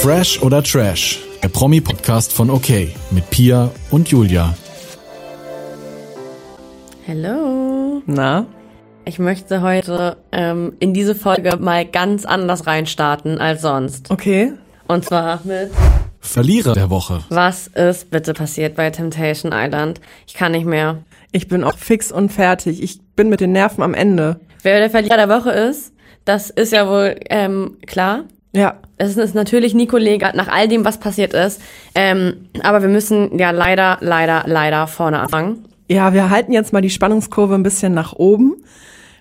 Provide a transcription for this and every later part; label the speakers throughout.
Speaker 1: Fresh oder Trash, der Promi-Podcast von OK mit Pia und Julia.
Speaker 2: Hallo.
Speaker 3: Na?
Speaker 2: Ich möchte heute ähm, in diese Folge mal ganz anders reinstarten als sonst.
Speaker 3: Okay.
Speaker 2: Und zwar mit
Speaker 1: Verlierer der Woche.
Speaker 2: Was ist bitte passiert bei Temptation Island? Ich kann nicht mehr.
Speaker 3: Ich bin auch fix und fertig. Ich bin mit den Nerven am Ende.
Speaker 2: Wer der Verlierer der Woche ist, das ist ja wohl ähm, klar.
Speaker 3: Ja.
Speaker 2: Es ist natürlich Nico Legat nach all dem, was passiert ist. Ähm, aber wir müssen ja leider, leider, leider vorne anfangen.
Speaker 3: Ja, wir halten jetzt mal die Spannungskurve ein bisschen nach oben.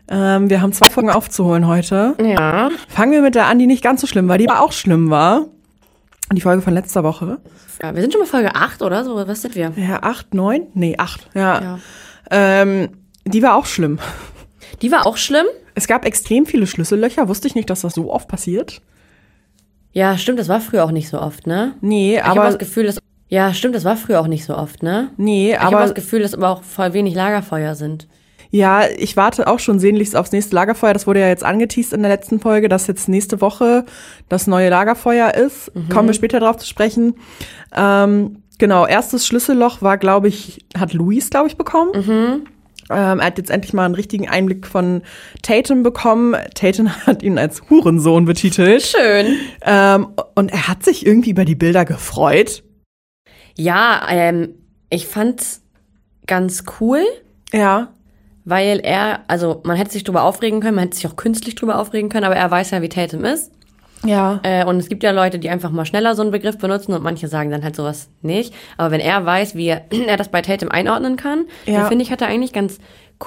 Speaker 3: Ähm, wir haben zwei Folgen aufzuholen heute.
Speaker 2: Ja.
Speaker 3: Fangen wir mit der an, die nicht ganz so schlimm war, die aber auch schlimm war. Die Folge von letzter Woche.
Speaker 2: ja wir sind schon bei Folge 8 oder so. Was sind wir?
Speaker 3: Ja, acht, neun? Nee, acht. Ja.
Speaker 2: Ja.
Speaker 3: Ähm, die war auch schlimm.
Speaker 2: Die war auch schlimm.
Speaker 3: Es gab extrem viele Schlüssellöcher. Wusste ich nicht, dass das so oft passiert.
Speaker 2: Ja, stimmt, das war früher auch nicht so oft, ne?
Speaker 3: Nee,
Speaker 2: ich habe
Speaker 3: aber,
Speaker 2: das Gefühl, dass. Ja, stimmt, das war früher auch nicht so oft, ne?
Speaker 3: nee,
Speaker 2: ich habe das
Speaker 3: aber,
Speaker 2: Gefühl, dass aber auch voll wenig Lagerfeuer sind.
Speaker 3: Ja, ich warte auch schon sehnlichst aufs nächste Lagerfeuer. Das wurde ja jetzt angeteased in der letzten Folge, dass jetzt nächste Woche das neue Lagerfeuer ist. Kommen wir später drauf zu sprechen. Ähm, genau, erstes Schlüsselloch war, glaube ich, hat Luis, glaube ich, bekommen. Ähm, er hat jetzt endlich mal einen richtigen Einblick von Tatum bekommen. Tatum hat ihn als Hurensohn betitelt.
Speaker 2: Schön.
Speaker 3: Ähm, und er hat sich irgendwie über die Bilder gefreut.
Speaker 2: Ja, ähm, ich fand's ganz cool,
Speaker 3: Ja.
Speaker 2: weil er, also man hätte sich drüber aufregen können, man hätte sich auch künstlich drüber aufregen können, aber er weiß ja, wie Tatum ist.
Speaker 3: Ja.
Speaker 2: Äh, und es gibt ja Leute, die einfach mal schneller so einen Begriff benutzen und manche sagen dann halt sowas nicht. Aber wenn er weiß, wie er, er das bei Tatum einordnen kann,
Speaker 3: Ja.
Speaker 2: dann finde ich, hat er eigentlich ganz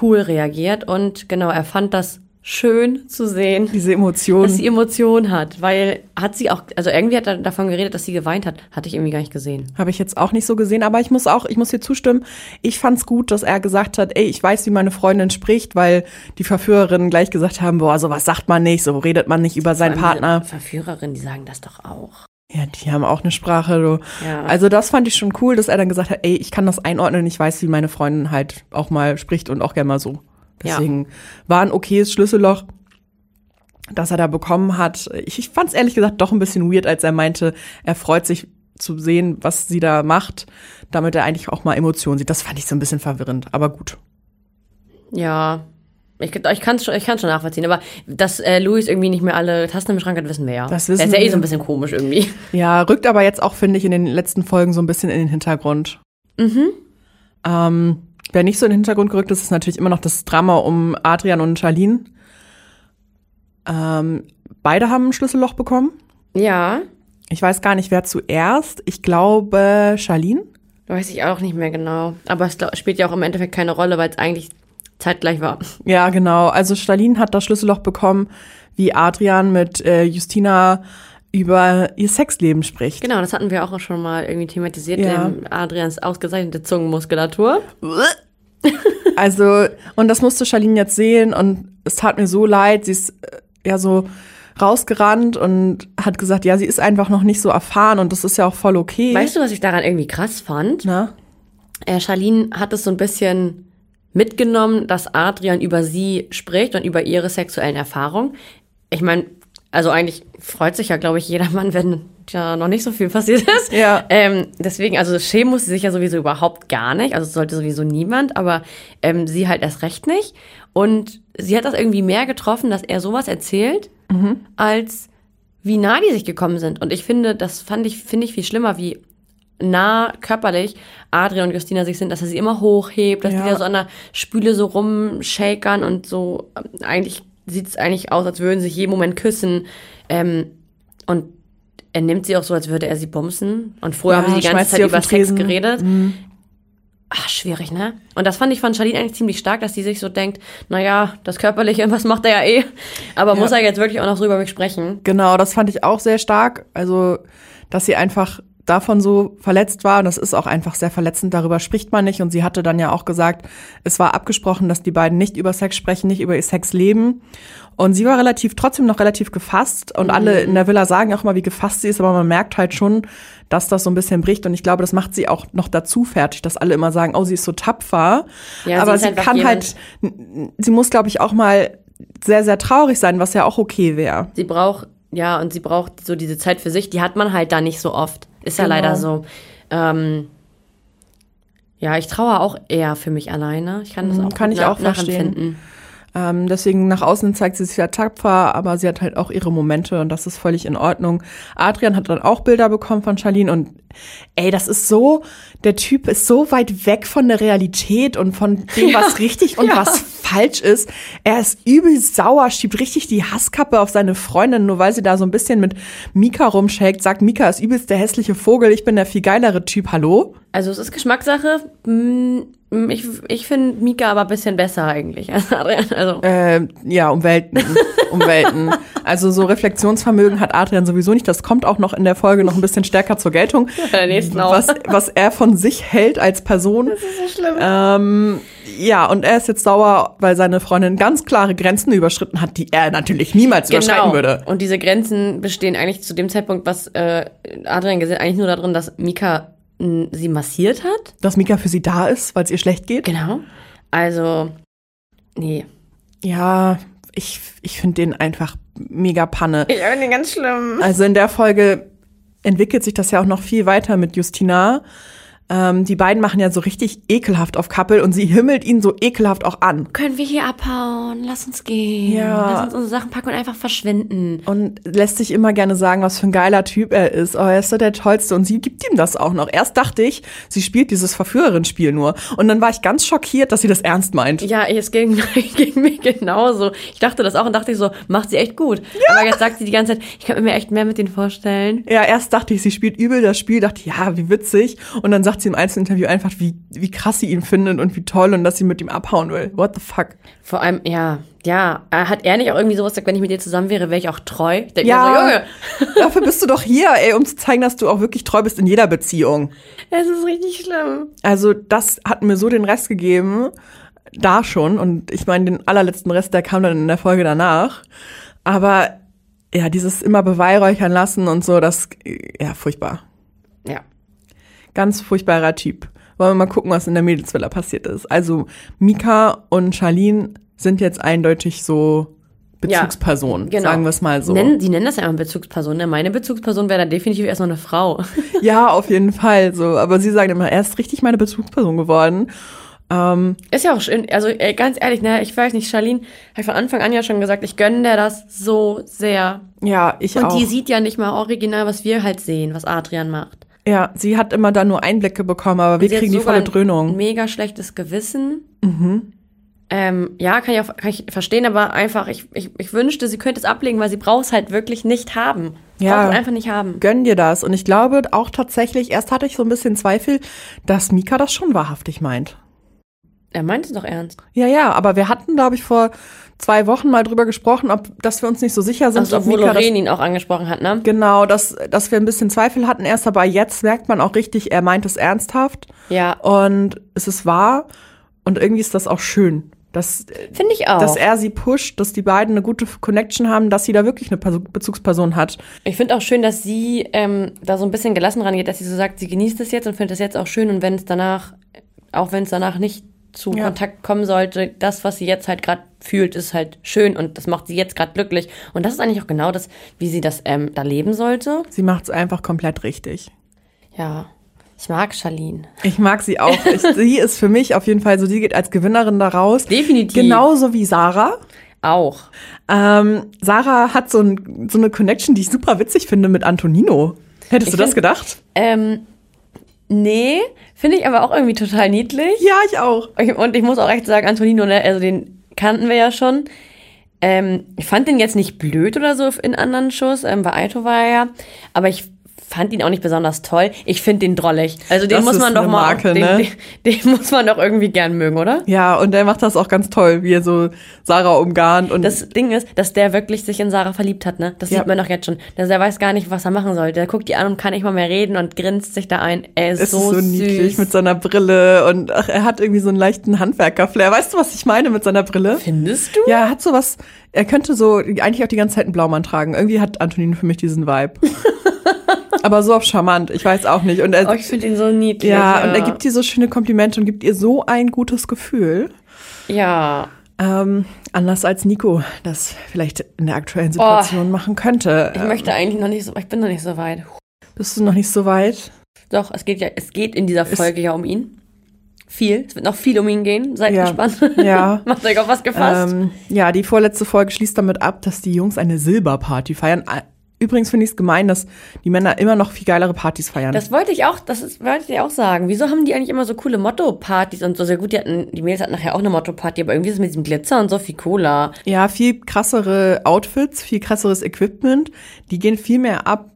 Speaker 2: cool reagiert. Und genau, er fand das schön zu sehen.
Speaker 3: Diese Emotionen.
Speaker 2: dass sie Emotionen hat, weil hat sie auch, also irgendwie hat er davon geredet, dass sie geweint hat, hatte ich irgendwie gar nicht gesehen.
Speaker 3: Habe ich jetzt auch nicht so gesehen, aber ich muss auch, ich muss dir zustimmen. Ich fand's gut, dass er gesagt hat, ey, ich weiß, wie meine Freundin spricht, weil die Verführerinnen gleich gesagt haben, boah, sowas sagt man nicht, so redet man nicht über seinen
Speaker 2: Vor allem
Speaker 3: Partner.
Speaker 2: diese Verführerin, die sagen das doch auch.
Speaker 3: Ja, die haben auch eine Sprache, du.
Speaker 2: Ja.
Speaker 3: Also das fand ich schon cool, dass er dann gesagt hat, ey, ich kann das einordnen, ich weiß, wie meine Freundin halt auch mal spricht und auch gerne mal so.
Speaker 2: Ja.
Speaker 3: Deswegen war ein okayes Schlüsselloch, das er da bekommen hat. Ich, ich fand's ehrlich gesagt doch ein bisschen weird, als er meinte, er freut sich zu sehen, was sie da macht, damit er eigentlich auch mal Emotionen sieht. Das fand ich so ein bisschen verwirrend, aber gut.
Speaker 2: Ja. Ich, ich kann es schon, ich kann's schon nachvollziehen, aber dass äh, Luis irgendwie nicht mehr alle Tasten im Schrank hat, wissen wir ja.
Speaker 3: Das wissen
Speaker 2: Der ist ja eh
Speaker 3: wir.
Speaker 2: so ein bisschen komisch irgendwie.
Speaker 3: Ja, rückt aber jetzt auch, finde ich, in den letzten Folgen so ein bisschen in den Hintergrund. Mhm. Ähm, wer nicht so in den Hintergrund gerückt ist, ist natürlich immer noch das Drama um Adrian und Charlene. Ähm, beide haben ein Schlüsselloch bekommen.
Speaker 2: Ja,
Speaker 3: Ich weiß gar nicht, wer zuerst. Ich glaube, Charlene.
Speaker 2: weiß ich auch nicht mehr genau. Aber es glaub- spielt ja auch im Endeffekt keine Rolle, weil es eigentlich zeitgleich war.
Speaker 3: Ja, genau. Also Charlene hat das Schlüsselloch bekommen, wie Adrian mit äh, Justina über ihr Sexleben spricht.
Speaker 2: Genau, das hatten wir auch schon mal irgendwie thematisiert,
Speaker 3: Ja.
Speaker 2: ähm, Adrians ausgezeichnete Zungenmuskulatur.
Speaker 3: Also, und das musste Charlene jetzt sehen und es tat mir so leid. Sie ist äh, ja so rausgerannt und hat gesagt, ja, sie ist einfach noch nicht so erfahren und das ist ja auch voll okay. ne?
Speaker 2: Weißt du, was ich daran irgendwie krass fand?
Speaker 3: Na?
Speaker 2: äh, Charlene hat es so ein bisschen mitgenommen, dass Adrian über sie spricht und über ihre sexuellen Erfahrungen. Ich meine, also eigentlich freut sich ja, glaube ich, jeder Mann, wenn ja noch nicht so viel passiert ist.
Speaker 3: Ja.
Speaker 2: Ähm, deswegen, also schämen muss sie sich ja sowieso überhaupt gar nicht. Also es sollte sowieso niemand, aber ähm, sie halt erst recht nicht. Und sie hat das irgendwie mehr getroffen, dass er sowas erzählt, als wie nah die sich gekommen sind. Und ich finde, das fand ich, finde ich viel schlimmer, wie nah körperlich Adrian und Justina sich sind, dass er sie immer hochhebt, dass
Speaker 3: Ja.
Speaker 2: die da so an der Spüle so rumshakern und so ähm, eigentlich sieht es eigentlich aus, als würden sie sich jeden Moment küssen. Ähm, und er nimmt sie auch so, als würde er sie bumsen. Und vorher
Speaker 3: Ja,
Speaker 2: haben sie die ganze
Speaker 3: schmeißt
Speaker 2: Zeit
Speaker 3: sie auf
Speaker 2: über
Speaker 3: den
Speaker 2: Sex
Speaker 3: Tresen. Mhm.
Speaker 2: geredet. Ach, schwierig, ne? Und das fand ich von Charlene eigentlich ziemlich stark, dass sie sich so denkt, naja, das Körperliche, was macht er ja eh. Aber muss er jetzt wirklich auch noch so über mich sprechen?
Speaker 3: Genau, das fand ich auch sehr stark. Also, dass sie einfach davon so verletzt war und das ist auch einfach sehr verletzend, darüber spricht man nicht und sie hatte dann ja auch gesagt, es war abgesprochen, dass die beiden nicht über Sex sprechen, nicht über ihr Sexleben und sie war relativ trotzdem noch relativ gefasst
Speaker 2: Mhm.
Speaker 3: und alle in der Villa sagen auch immer, wie gefasst sie ist, aber man merkt halt schon, dass das so ein bisschen bricht und ich glaube, das macht sie auch noch dazu fertig, dass alle immer sagen, oh, sie ist so tapfer,
Speaker 2: Ja, sie
Speaker 3: aber
Speaker 2: ist
Speaker 3: sie
Speaker 2: einfach
Speaker 3: kann
Speaker 2: jemand-
Speaker 3: halt sie muss glaube ich auch mal sehr sehr traurig sein, was ja auch okay wäre.
Speaker 2: Sie braucht ja, und sie braucht so diese Zeit für sich, die hat man halt da nicht so oft. Ist ja
Speaker 3: Genau.
Speaker 2: leider so. Ähm, ja, ich trauere auch eher für mich alleine. Ich kann das
Speaker 3: Mhm,
Speaker 2: auch
Speaker 3: kann
Speaker 2: gut
Speaker 3: ich auch verstehen.
Speaker 2: nachempfinden.
Speaker 3: Ähm, deswegen nach außen zeigt sie sich ja tapfer, aber sie hat halt auch ihre Momente und das ist völlig in Ordnung. Adrian hat dann auch Bilder bekommen von Charlene und ey, das ist so, der Typ ist so weit weg von der Realität und von dem, was richtig und was falsch ist. Er ist übel sauer, schiebt richtig die Hasskappe auf seine Freundin, nur weil sie da so ein bisschen mit Mika rumschlägt, sagt, Mika ist übelst der hässliche Vogel, ich bin der viel geilere Typ, hallo?
Speaker 2: Also es ist Geschmackssache. Hm, Ich, ich finde Mika aber ein bisschen besser eigentlich als Adrian. Also,
Speaker 3: Ähm, ja, um Welten. Um Welten. Also so Reflexionsvermögen hat Adrian sowieso nicht. Das kommt auch noch in der Folge noch ein bisschen stärker zur Geltung.
Speaker 2: Bei der nächsten auch.
Speaker 3: Was, was er von sich hält als Person. Ähm, ja, und er ist jetzt sauer, weil seine Freundin ganz klare Grenzen überschritten hat, die er natürlich niemals überschreiten würde.
Speaker 2: genau. Und diese Grenzen bestehen eigentlich zu dem Zeitpunkt, was äh, Adrian gesehen hat, eigentlich nur darin, dass Mika mh, sie massiert hat.
Speaker 3: Dass Mika für sie da ist, weil es ihr schlecht geht.
Speaker 2: Genau. Also, nee.
Speaker 3: Ja, ich, ich finde den einfach mega Panne.
Speaker 2: Ich finde ganz schlimm.
Speaker 3: Also in der Folge entwickelt sich das ja auch noch viel weiter mit Justina. Ähm, die beiden machen ja so richtig ekelhaft auf Kappel und sie himmelt ihn so ekelhaft auch an.
Speaker 2: Können wir hier abhauen? Lass uns gehen.
Speaker 3: Ja.
Speaker 2: Lass uns unsere Sachen packen und einfach verschwinden.
Speaker 3: Und lässt sich immer gerne sagen, was für ein geiler Typ er ist. Oh, er ist so der Tollste. Und sie gibt ihm das auch noch. Erst dachte ich, sie spielt dieses Verführerin-Spiel nur. Und dann war ich ganz schockiert, dass sie das ernst meint.
Speaker 2: Ja, es ging, ging mir genauso. Ich dachte das auch und dachte ich so, macht sie echt gut. Aber jetzt sagt sie die ganze Zeit, ich kann mir echt mehr mit denen vorstellen.
Speaker 3: Ja, erst dachte ich, sie spielt übel das Spiel, dachte, ja, wie witzig. Und dann sagt sie im Einzelinterview einfach, wie, wie krass sie ihn findet und wie toll und dass sie mit ihm abhauen will. What the fuck?
Speaker 2: Vor allem, ja, ja. Äh, Hat er nicht auch irgendwie sowas gesagt, wenn ich mit dir zusammen wäre, wäre ich auch treu? Ich denk mir
Speaker 3: Ja.
Speaker 2: so, Junge,
Speaker 3: Dafür bist du doch hier, ey, um zu zeigen, dass du auch wirklich treu bist in jeder Beziehung.
Speaker 2: es ist richtig schlimm.
Speaker 3: Also, das hat mir so den Rest gegeben, da schon. Und ich meine, den allerletzten Rest, der kam dann in der Folge danach. Aber ja, dieses immer beweihräuchern lassen und so, das, äh, ja, furchtbar.
Speaker 2: Ja.
Speaker 3: Ganz furchtbarer Typ. Wollen wir mal gucken, was in der Mädelsvilla passiert ist. Also, Mika und Charlene sind jetzt eindeutig so Bezugspersonen,
Speaker 2: Genau.
Speaker 3: sagen wir es mal so.
Speaker 2: Nennen, die nennen das ja immer Bezugsperson. Ne? Meine Bezugsperson wäre dann definitiv erstmal eine Frau.
Speaker 3: Ja, auf jeden Fall. So, aber sie sagen immer, er ist richtig meine Bezugsperson geworden.
Speaker 2: Ist ja auch schön, also ey, ganz ehrlich, ne, ich weiß nicht, Charlene hat von Anfang an ja schon gesagt, ich gönne der das so sehr.
Speaker 3: Ja, ich
Speaker 2: Und
Speaker 3: auch.
Speaker 2: die sieht ja nicht mal original, was wir halt sehen, was Adrian macht.
Speaker 3: ja, sie hat immer da nur Einblicke bekommen, aber wir
Speaker 2: Sie hat
Speaker 3: kriegen die
Speaker 2: sogar
Speaker 3: volle
Speaker 2: Ein
Speaker 3: Dröhnung. Mhm.
Speaker 2: mega schlechtes Gewissen. Ähm, ja, kann ich, auch, kann ich verstehen, aber einfach, ich, ich, ich wünschte, sie könnte es ablegen, weil sie braucht es halt wirklich nicht haben.
Speaker 3: Ja.
Speaker 2: Braucht es einfach nicht haben.
Speaker 3: Gönn dir das. Und ich glaube auch tatsächlich, erst hatte ich so ein bisschen Zweifel, dass Mika das schon wahrhaftig meint.
Speaker 2: Er meint es doch ernst.
Speaker 3: Ja, ja, aber wir hatten, glaube ich, vor zwei Wochen mal drüber gesprochen, ob, dass wir uns nicht so sicher sind,
Speaker 2: Also,
Speaker 3: ob
Speaker 2: obwohl
Speaker 3: Mika das
Speaker 2: Lorraine ihn auch angesprochen hat, ne?
Speaker 3: Genau, dass, dass wir ein bisschen Zweifel hatten erst, aber jetzt merkt man auch richtig, er meint es ernsthaft
Speaker 2: Ja.
Speaker 3: und es ist wahr und irgendwie ist das auch schön, dass,
Speaker 2: Finde ich auch.
Speaker 3: dass er sie pusht, dass die beiden eine gute Connection haben, dass sie da wirklich eine Perso- Bezugsperson hat.
Speaker 2: Ich finde auch schön, dass sie ähm, da so ein bisschen gelassen rangeht, dass sie so sagt, sie genießt es jetzt und findet es jetzt auch schön und wenn es danach, auch wenn es danach nicht zu
Speaker 3: Ja.
Speaker 2: Kontakt kommen sollte, das, was sie jetzt halt gerade fühlt, ist halt schön und das macht sie jetzt gerade glücklich. Und das ist eigentlich auch genau das, wie sie das ähm, da leben sollte.
Speaker 3: Sie macht es einfach komplett richtig.
Speaker 2: Ja, ich mag Charlene.
Speaker 3: Ich mag sie auch. Ich, sie ist für mich auf jeden Fall so, sie geht als Gewinnerin da raus.
Speaker 2: Definitiv.
Speaker 3: Genauso wie Sarah.
Speaker 2: Auch.
Speaker 3: Ähm, Sarah hat so, ein, so eine Connection, die ich super witzig finde mit Antonino. Hättest
Speaker 2: Ich
Speaker 3: du das
Speaker 2: find-
Speaker 3: gedacht?
Speaker 2: Ähm, nee, finde ich aber auch irgendwie total niedlich.
Speaker 3: Ja, ich auch.
Speaker 2: Ich- Und ich muss auch echt sagen, Antonino, ne, also den kannten wir ja schon. Ähm, ich fand den jetzt nicht blöd oder so in anderen Shows. Ähm, bei Aito war er ja. Aber ich fand ihn auch nicht besonders toll. Ich finde den drollig. Also den
Speaker 3: Das
Speaker 2: muss
Speaker 3: ist
Speaker 2: man doch
Speaker 3: eine
Speaker 2: mal.
Speaker 3: Marke,
Speaker 2: den,
Speaker 3: ne?
Speaker 2: den, den muss man doch irgendwie gern mögen, oder?
Speaker 3: Ja, und er macht das auch ganz toll, wie er so Sarah umgarnt und
Speaker 2: Das Ding ist, dass der wirklich sich in Sarah verliebt hat, ne? Das
Speaker 3: Ja.
Speaker 2: sieht man doch jetzt schon. Dass er weiß gar nicht, was er machen soll. Der guckt die an und kann nicht mal mehr reden und grinst sich da ein. Er ist,
Speaker 3: es
Speaker 2: so,
Speaker 3: ist so
Speaker 2: süß.
Speaker 3: niedlich mit seiner Brille und ach, er hat irgendwie so einen leichten Handwerker-Flair. Weißt du, was ich meine mit seiner Brille?
Speaker 2: Findest du?
Speaker 3: Ja, er hat sowas, er könnte so eigentlich auch die ganze Zeit einen Blaumann tragen. Irgendwie hat Antonino für mich diesen Vibe. Aber so auf charmant, ich weiß auch nicht. Und er,
Speaker 2: Oh, ich finde ihn so niedlich.
Speaker 3: ja, und er gibt ihr so schöne Komplimente und gibt ihr so ein gutes Gefühl.
Speaker 2: Ja.
Speaker 3: Ähm, anders als Nico das vielleicht in der aktuellen Situation machen könnte.
Speaker 2: Oh. Ich
Speaker 3: Ähm,
Speaker 2: möchte eigentlich noch nicht so, ich bin noch nicht so weit.
Speaker 3: bist du noch nicht so weit?
Speaker 2: Doch, es geht ja, es geht in dieser Folge ja um ihn. Viel. Es wird noch viel um ihn gehen. Seid
Speaker 3: Ja.
Speaker 2: gespannt.
Speaker 3: Ja.
Speaker 2: Macht euch auf was gefasst.
Speaker 3: Ähm, ja, die vorletzte Folge schließt damit ab, dass die Jungs eine Silberparty feiern. Ah, Übrigens finde ich es gemein, dass die Männer immer noch viel geilere Partys feiern.
Speaker 2: das wollte ich auch, das ist, wollte ich auch sagen. Wieso haben die eigentlich immer so coole Motto-Partys und so? Sehr gut, die, hatten, die Mädels hatten nachher auch eine Motto-Party, aber irgendwie ist es mit diesem Glitzer und so viel Cola.
Speaker 3: ja, viel krassere Outfits, viel krasseres Equipment. Die gehen viel mehr ab.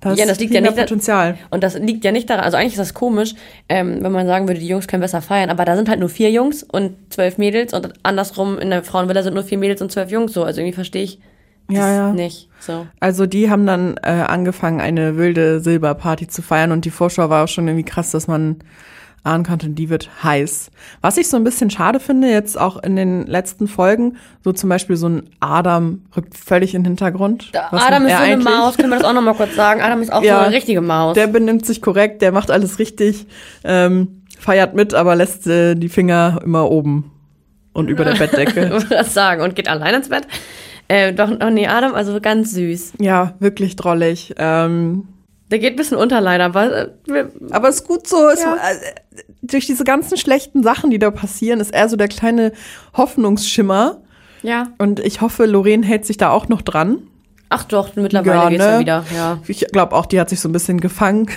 Speaker 3: Das,
Speaker 2: Ja, das liegt
Speaker 3: viel
Speaker 2: ja
Speaker 3: mehr
Speaker 2: nicht da-
Speaker 3: Potenzial.
Speaker 2: Und das liegt ja nicht daran, also eigentlich ist das komisch, ähm, wenn man sagen würde, die Jungs können besser feiern, aber da sind halt nur vier Jungs und zwölf Mädels und andersrum in der Frauenvilla sind nur vier Mädels und zwölf Jungs so. Also irgendwie verstehe ich das
Speaker 3: Ja, ja.
Speaker 2: nicht. So.
Speaker 3: Also die haben dann äh, angefangen, eine wilde Silberparty zu feiern und die Vorschau war auch schon irgendwie krass, dass man ahnen konnte, die wird heiß. Was ich so ein bisschen schade finde, jetzt auch in den letzten Folgen, so zum Beispiel so ein Adam rückt völlig in den Hintergrund. Was
Speaker 2: Adam
Speaker 3: macht
Speaker 2: ist so
Speaker 3: er
Speaker 2: eine
Speaker 3: eigentlich?
Speaker 2: Maus, können wir das auch nochmal kurz sagen? Adam ist auch
Speaker 3: Ja.
Speaker 2: so eine richtige Maus.
Speaker 3: Der benimmt sich korrekt, der macht alles richtig, ähm, feiert mit, aber lässt äh, die Finger immer oben und über der Bettdecke.
Speaker 2: würde das sagen und geht allein ins Bett. Äh, doch, oh nee, Adam, also ganz süß.
Speaker 3: ja, wirklich drollig. Ähm,
Speaker 2: Der geht ein bisschen unter leider, aber äh, wir-
Speaker 3: Aber ist gut so. Ist,
Speaker 2: Ja.
Speaker 3: äh, durch diese ganzen schlechten Sachen, die da passieren, ist er so der kleine Hoffnungsschimmer.
Speaker 2: ja.
Speaker 3: Und ich hoffe, Lorraine hält sich da auch noch dran.
Speaker 2: Ach doch, mittlerweile
Speaker 3: Ja,
Speaker 2: geht's
Speaker 3: ne?
Speaker 2: ja wieder. Ja.
Speaker 3: Ich glaube auch, die hat sich so ein bisschen gefangen.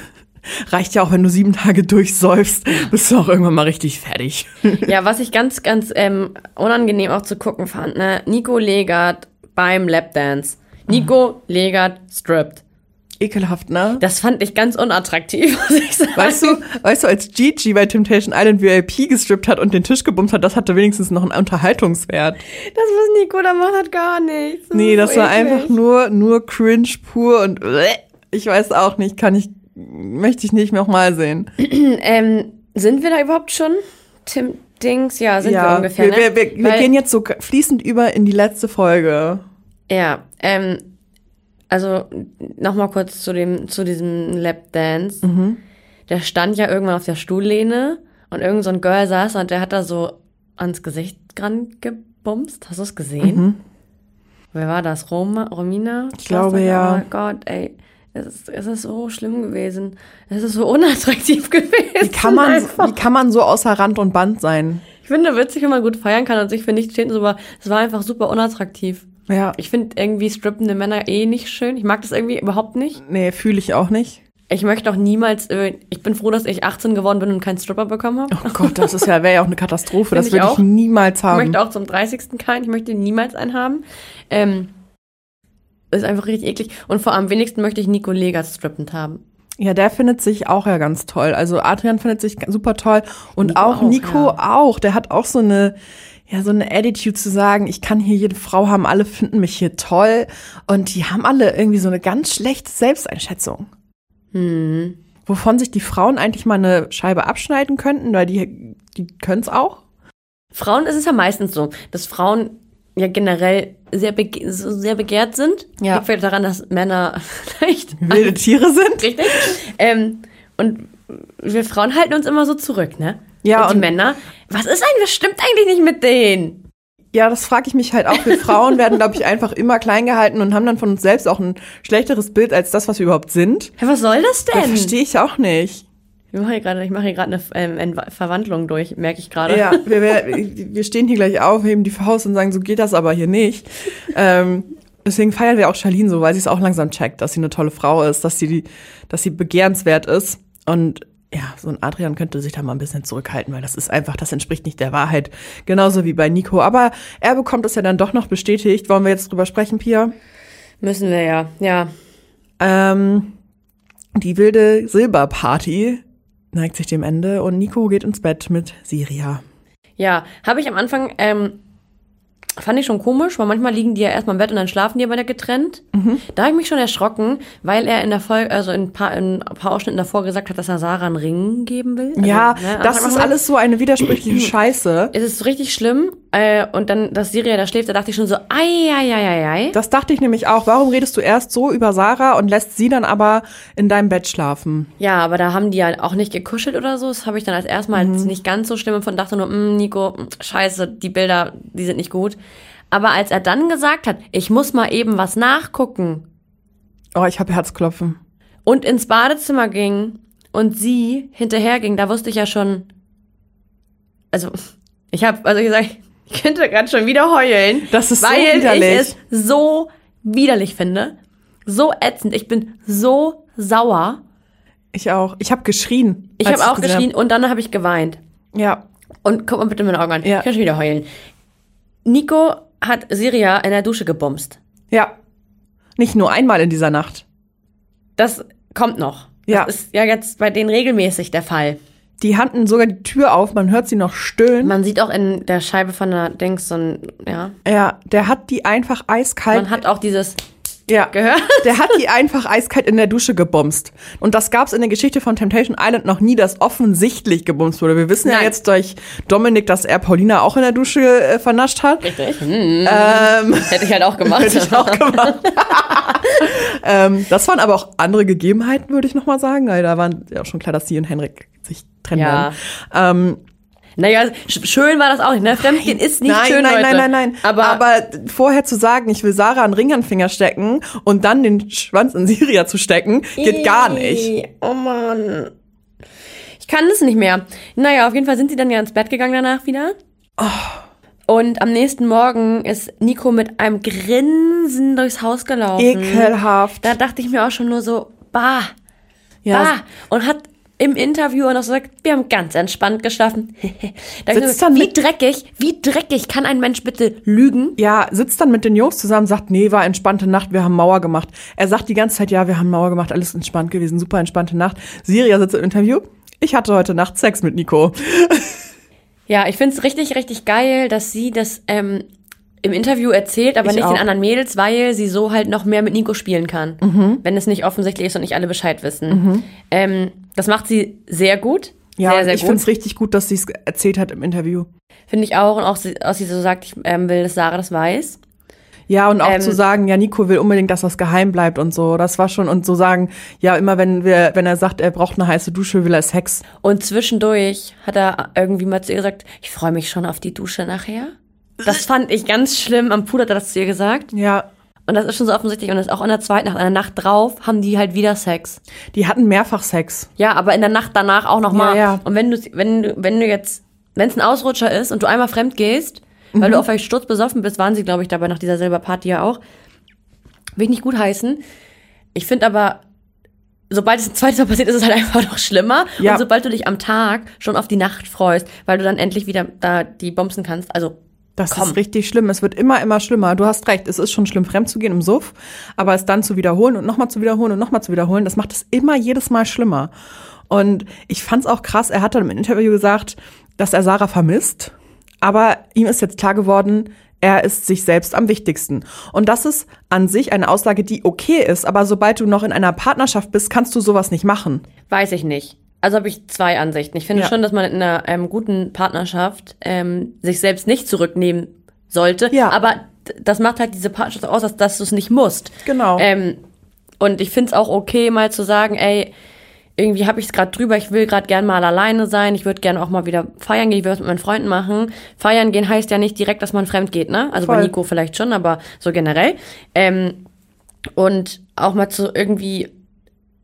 Speaker 3: Reicht ja auch, wenn du sieben Tage durchsäufst, bist du auch irgendwann mal richtig fertig.
Speaker 2: ja, was ich ganz, ganz ähm, unangenehm auch zu gucken fand, ne? Nico Legert beim Lapdance.
Speaker 3: Ah.
Speaker 2: Nico Legert strippt.
Speaker 3: Ekelhaft, ne?
Speaker 2: Das fand ich ganz unattraktiv, muss ich sagen.
Speaker 3: Weißt du, weißt du, als Gigi bei Temptation Island VIP gestrippt hat und den Tisch gebumst hat, das hatte wenigstens noch einen Unterhaltungswert.
Speaker 2: Das, was Nico da macht, hat gar nichts.
Speaker 3: Nee,
Speaker 2: ist
Speaker 3: das
Speaker 2: so
Speaker 3: war
Speaker 2: eklig.
Speaker 3: einfach nur, nur cringe pur und bleh. ich weiß auch nicht, kann ich, möchte ich nicht nochmal sehen.
Speaker 2: Ähm, sind wir da überhaupt schon? Tim Dings, ja, sind wir ungefähr.
Speaker 3: wir, wir,
Speaker 2: ne?
Speaker 3: wir, wir
Speaker 2: Weil-
Speaker 3: gehen jetzt so fließend über in die letzte Folge.
Speaker 2: Ja, ähm, also nochmal kurz zu dem, zu diesem Lapdance.
Speaker 3: Mhm.
Speaker 2: Der stand ja irgendwann auf der Stuhllehne und irgend so ein Girl saß und der hat da so ans Gesicht dran gebumst. Hast du es gesehen? Wer war das? Roma, Romina?
Speaker 3: Mhm. Ich glaube, ja.
Speaker 2: Oh Gott, ey. Es ist, es ist so schlimm gewesen. Es ist so unattraktiv gewesen.
Speaker 3: Wie kann man,
Speaker 2: Einfach.
Speaker 3: wie kann man so außer Rand und Band sein?
Speaker 2: Ich finde witzig, wenn man gut feiern kann Also und sich für nichts schämt, aber es war einfach super unattraktiv.
Speaker 3: Ja.
Speaker 2: Ich finde irgendwie strippende Männer eh nicht schön. Ich mag das irgendwie überhaupt nicht.
Speaker 3: Nee, fühle ich auch nicht.
Speaker 2: Ich möchte auch niemals, äh, ich bin froh, dass ich 18 geworden bin und keinen Stripper bekommen habe.
Speaker 3: Oh Gott, das ist ja, wäre ja auch eine Katastrophe.
Speaker 2: Finde
Speaker 3: Das
Speaker 2: ich
Speaker 3: würde ich,
Speaker 2: auch.
Speaker 3: niemals
Speaker 2: Ich
Speaker 3: haben.
Speaker 2: möchte auch zum 30. keinen, ich möchte niemals einen haben. Ähm, ist einfach richtig eklig. Und vor allem wenigsten möchte ich Nico Legat strippend haben.
Speaker 3: Ja, der findet sich auch ja ganz toll. Also Adrian findet sich super toll und
Speaker 2: Nico
Speaker 3: auch
Speaker 2: auch,
Speaker 3: Nico
Speaker 2: ja.
Speaker 3: auch. Der hat auch so eine ja so eine Attitude zu sagen, ich kann hier jede Frau haben, alle finden mich hier toll und die haben alle irgendwie so eine ganz schlechte Selbsteinschätzung.
Speaker 2: Hm.
Speaker 3: Wovon sich die Frauen eigentlich mal eine Scheibe abschneiden könnten, weil die die können's auch.
Speaker 2: Frauen ist es ja meistens so, dass Frauen ja generell sehr, bege so sehr begehrt sind.
Speaker 3: Ja.
Speaker 2: Liegt vielleicht daran, dass Männer leicht
Speaker 3: Wilde Tiere sind.
Speaker 2: Richtig. Ähm, und wir Frauen halten uns immer so zurück, ne?
Speaker 3: Ja,
Speaker 2: und die
Speaker 3: und-
Speaker 2: Männer, was ist eigentlich, was stimmt eigentlich nicht mit denen?
Speaker 3: Ja, das frage ich mich halt auch. Wir Frauen werden glaube ich einfach immer klein gehalten und haben dann von uns selbst auch ein schlechteres Bild als das, was wir überhaupt sind.
Speaker 2: Hä, was soll das
Speaker 3: Das
Speaker 2: denn?
Speaker 3: verstehe ich auch nicht.
Speaker 2: Wir machen hier gerade- ich mache hier gerade eine ähm, Ent- Verwandlung durch, merke ich gerade.
Speaker 3: Ja, wir, wir, wir stehen hier gleich auf, heben die Faust und sagen, so geht das aber hier nicht. Ähm, deswegen feiern wir auch Charlene so, weil sie es auch langsam checkt, dass sie eine tolle Frau ist, dass sie, die, dass sie begehrenswert ist. Und ja, so ein Adrian könnte sich da mal ein bisschen zurückhalten, weil das ist einfach, das entspricht nicht der Wahrheit. Genauso wie bei Nico. Aber er bekommt es ja dann doch noch bestätigt. Wollen wir jetzt drüber sprechen, Pia?
Speaker 2: Müssen wir ja, ja.
Speaker 3: Ähm, die wilde Silberparty neigt sich dem Ende und Nico geht ins Bett mit Siria.
Speaker 2: Ja, habe ich am Anfang, ähm, fand ich schon komisch, weil manchmal liegen die ja erstmal im Bett und dann schlafen die aber da getrennt.
Speaker 3: Mhm.
Speaker 2: Da habe ich mich schon erschrocken, weil er in der Folge, also in ein paar, in ein paar Ausschnitten davor gesagt hat, dass er Sarah einen Ring geben will. Also,
Speaker 3: Ja,
Speaker 2: ne, am
Speaker 3: das
Speaker 2: Anfang
Speaker 3: ist
Speaker 2: mal-
Speaker 3: alles so eine widersprüchliche Scheiße.
Speaker 2: Es ist richtig schlimm Äh, und dann, dass Siria da schläft, da dachte ich schon so, ei, ei, ei, ei, ei.
Speaker 3: Das dachte ich nämlich auch. Warum redest du erst so über Sarah und lässt sie dann aber in deinem Bett schlafen?
Speaker 2: Ja, aber da haben die ja auch nicht gekuschelt oder so. Das habe ich dann als erstmal als nicht ganz so schlimm empfunden. Dachte nur, "Mm, Nico, mm, scheiße, die Bilder, die sind nicht gut. Aber als er dann gesagt hat, ich muss mal eben was nachgucken
Speaker 3: Oh, ich habe Herzklopfen.
Speaker 2: und ins Badezimmer ging und sie hinterherging, da wusste ich ja schon, also ich habe, also gesagt, ich könnte gerade schon wieder heulen,
Speaker 3: Das ist so
Speaker 2: weil
Speaker 3: widerlich.
Speaker 2: ich es so widerlich finde, so ätzend. Ich bin so sauer.
Speaker 3: Ich auch. Ich habe geschrien.
Speaker 2: Ich
Speaker 3: als
Speaker 2: habe auch
Speaker 3: gesehen
Speaker 2: geschrien und dann habe ich geweint.
Speaker 3: Hab. Ja.
Speaker 2: Und guck mal bitte meine Augen an.
Speaker 3: Ja.
Speaker 2: Ich kann schon wieder heulen. Nico hat Siria in der Dusche gebumst.
Speaker 3: Ja. Nicht nur einmal in dieser Nacht.
Speaker 2: Das kommt noch.
Speaker 3: Ja.
Speaker 2: Das ist ja jetzt bei denen regelmäßig der Fall.
Speaker 3: Die hatten sogar die Tür auf, man hört sie noch stöhnen.
Speaker 2: Man sieht auch in der Scheibe von der Dings so ein, ja.
Speaker 3: ja, der hat die einfach eiskalt.
Speaker 2: Man hat auch dieses
Speaker 3: ja.
Speaker 2: gehört.
Speaker 3: Der hat die einfach eiskalt in der Dusche gebumst. Und das gab's in der Geschichte von Temptation Island noch nie, dass offensichtlich gebumst wurde. Wir wissen ja
Speaker 2: Nein.
Speaker 3: jetzt durch Dominik, dass er Paulina auch in der Dusche äh, vernascht hat.
Speaker 2: Richtig.
Speaker 3: Ähm,
Speaker 2: hm, Hätte ich halt auch gemacht.
Speaker 3: Hätte ich auch gemacht.
Speaker 2: Mhm.
Speaker 3: ähm, das waren aber auch andere Gegebenheiten, würde ich nochmal sagen. Weil da waren ja auch schon klar, dass sie und Henrik sich trennen
Speaker 2: Ja.
Speaker 3: werden. Ähm,
Speaker 2: Naja, sch schön war das auch nicht. Ne? Fremdgehen ist nicht
Speaker 3: nein,
Speaker 2: schön,
Speaker 3: nein,
Speaker 2: Leute.
Speaker 3: nein, nein, nein.
Speaker 2: Aber,
Speaker 3: vorher zu sagen, ich will Sarah einen Ring an den Finger stecken und dann den Schwanz in Syria zu stecken, geht gar nicht.
Speaker 2: Ih, Oh Mann. Ich kann das nicht mehr. Naja, auf jeden Fall sind sie dann ja ins Bett gegangen danach wieder.
Speaker 3: Oh.
Speaker 2: Und am nächsten Morgen ist Nico mit einem Grinsen durchs Haus gelaufen.
Speaker 3: Ekelhaft.
Speaker 2: Da dachte ich mir auch schon nur so, bah,
Speaker 3: ja,
Speaker 2: bah. Und hat im Interview auch noch so gesagt, wir haben ganz entspannt geschlafen. da hab ich mir
Speaker 3: Sitzt
Speaker 2: gesagt,
Speaker 3: dann
Speaker 2: wie
Speaker 3: mit-
Speaker 2: dreckig, wie dreckig kann ein Mensch bitte lügen?
Speaker 3: ja, sitzt dann mit den Jungs zusammen, sagt, nee, war entspannte Nacht, wir haben Mauer gemacht. Er sagt die ganze Zeit, ja, wir haben Mauer gemacht, alles entspannt gewesen, super entspannte Nacht. Syria sitzt im Interview. Ich hatte heute Nacht Sex mit Nico.
Speaker 2: Ja, ich find's richtig, richtig geil, dass sie das ähm, im Interview erzählt, aber
Speaker 3: Ich
Speaker 2: nicht den
Speaker 3: auch.
Speaker 2: anderen Mädels, weil sie so halt noch mehr mit Nico spielen kann, wenn es nicht offensichtlich ist und nicht alle Bescheid wissen. Ähm, das macht sie sehr gut.
Speaker 3: Ja,
Speaker 2: sehr, sehr
Speaker 3: ich
Speaker 2: gut.
Speaker 3: finde es richtig gut, dass sie es erzählt hat im Interview.
Speaker 2: Finde ich auch. Und auch, sie, auch sie so sagt, ich ähm, will, dass Sarah das weiß.
Speaker 3: Ja, und auch
Speaker 2: Ähm.
Speaker 3: zu sagen, ja, Nico will unbedingt, dass das geheim bleibt und so. Das war schon, und so sagen, ja, immer wenn wir, wenn er sagt, er braucht eine heiße Dusche, will er Sex.
Speaker 2: Und zwischendurch hat er irgendwie mal zu ihr gesagt, ich freue mich schon auf die Dusche nachher. Das fand ich ganz schlimm. Am Pool hat er das zu ihr gesagt.
Speaker 3: Ja.
Speaker 2: Und das ist schon so offensichtlich. Und das ist auch in der zweiten Nacht, an der Nacht drauf, haben die halt wieder Sex.
Speaker 3: Die hatten mehrfach Sex.
Speaker 2: Ja, aber in der Nacht danach auch nochmal.
Speaker 3: Ja, ja.
Speaker 2: Und wenn du, wenn du, wenn du jetzt, wenn es ein Ausrutscher ist und du einmal fremd gehst, weil
Speaker 3: Mhm.
Speaker 2: du auf euch sturzbesoffen bist, waren sie, glaube ich, dabei nach dieser Silberparty ja auch. Will ich nicht gut heißen. Ich finde aber, sobald es ein zweites Mal passiert, ist es halt einfach noch schlimmer.
Speaker 3: Ja.
Speaker 2: Und sobald du dich am Tag schon auf die Nacht freust, weil du dann endlich wieder da die bombsen kannst. Also,
Speaker 3: Das
Speaker 2: Komm.
Speaker 3: ist richtig schlimm. Es wird immer, immer schlimmer. Du hast recht. Es ist schon schlimm, fremd zu gehen im Suff. Aber es dann zu wiederholen und nochmal zu wiederholen und nochmal zu wiederholen, das macht es immer jedes Mal schlimmer. Und ich fand's auch krass. Er hat dann im Interview gesagt, dass er Sarah vermisst. Aber ihm ist jetzt klar geworden, er ist sich selbst am wichtigsten. Und das ist an sich eine Aussage, die okay ist. Aber sobald du noch in einer Partnerschaft bist, kannst du sowas nicht machen.
Speaker 2: weiß ich nicht. Also habe ich zwei Ansichten. Ich finde
Speaker 3: Ja.
Speaker 2: schon, dass man in einer ähm, guten Partnerschaft ähm, sich selbst nicht zurücknehmen sollte.
Speaker 3: Ja.
Speaker 2: Aber d- das macht halt diese Partnerschaft aus, dass, dass du es nicht musst.
Speaker 3: Genau.
Speaker 2: Ähm, und ich finde es auch okay, mal zu sagen, ey, irgendwie habe ich es gerade drüber, ich will gerade gern mal alleine sein, ich würde gerne auch mal wieder feiern gehen, ich würde es mit meinen Freunden machen. Feiern gehen heißt ja nicht direkt, dass man fremd geht, ne? Also bei
Speaker 3: Voll.
Speaker 2: Nico vielleicht schon, aber so generell. Ähm, und auch mal zu irgendwie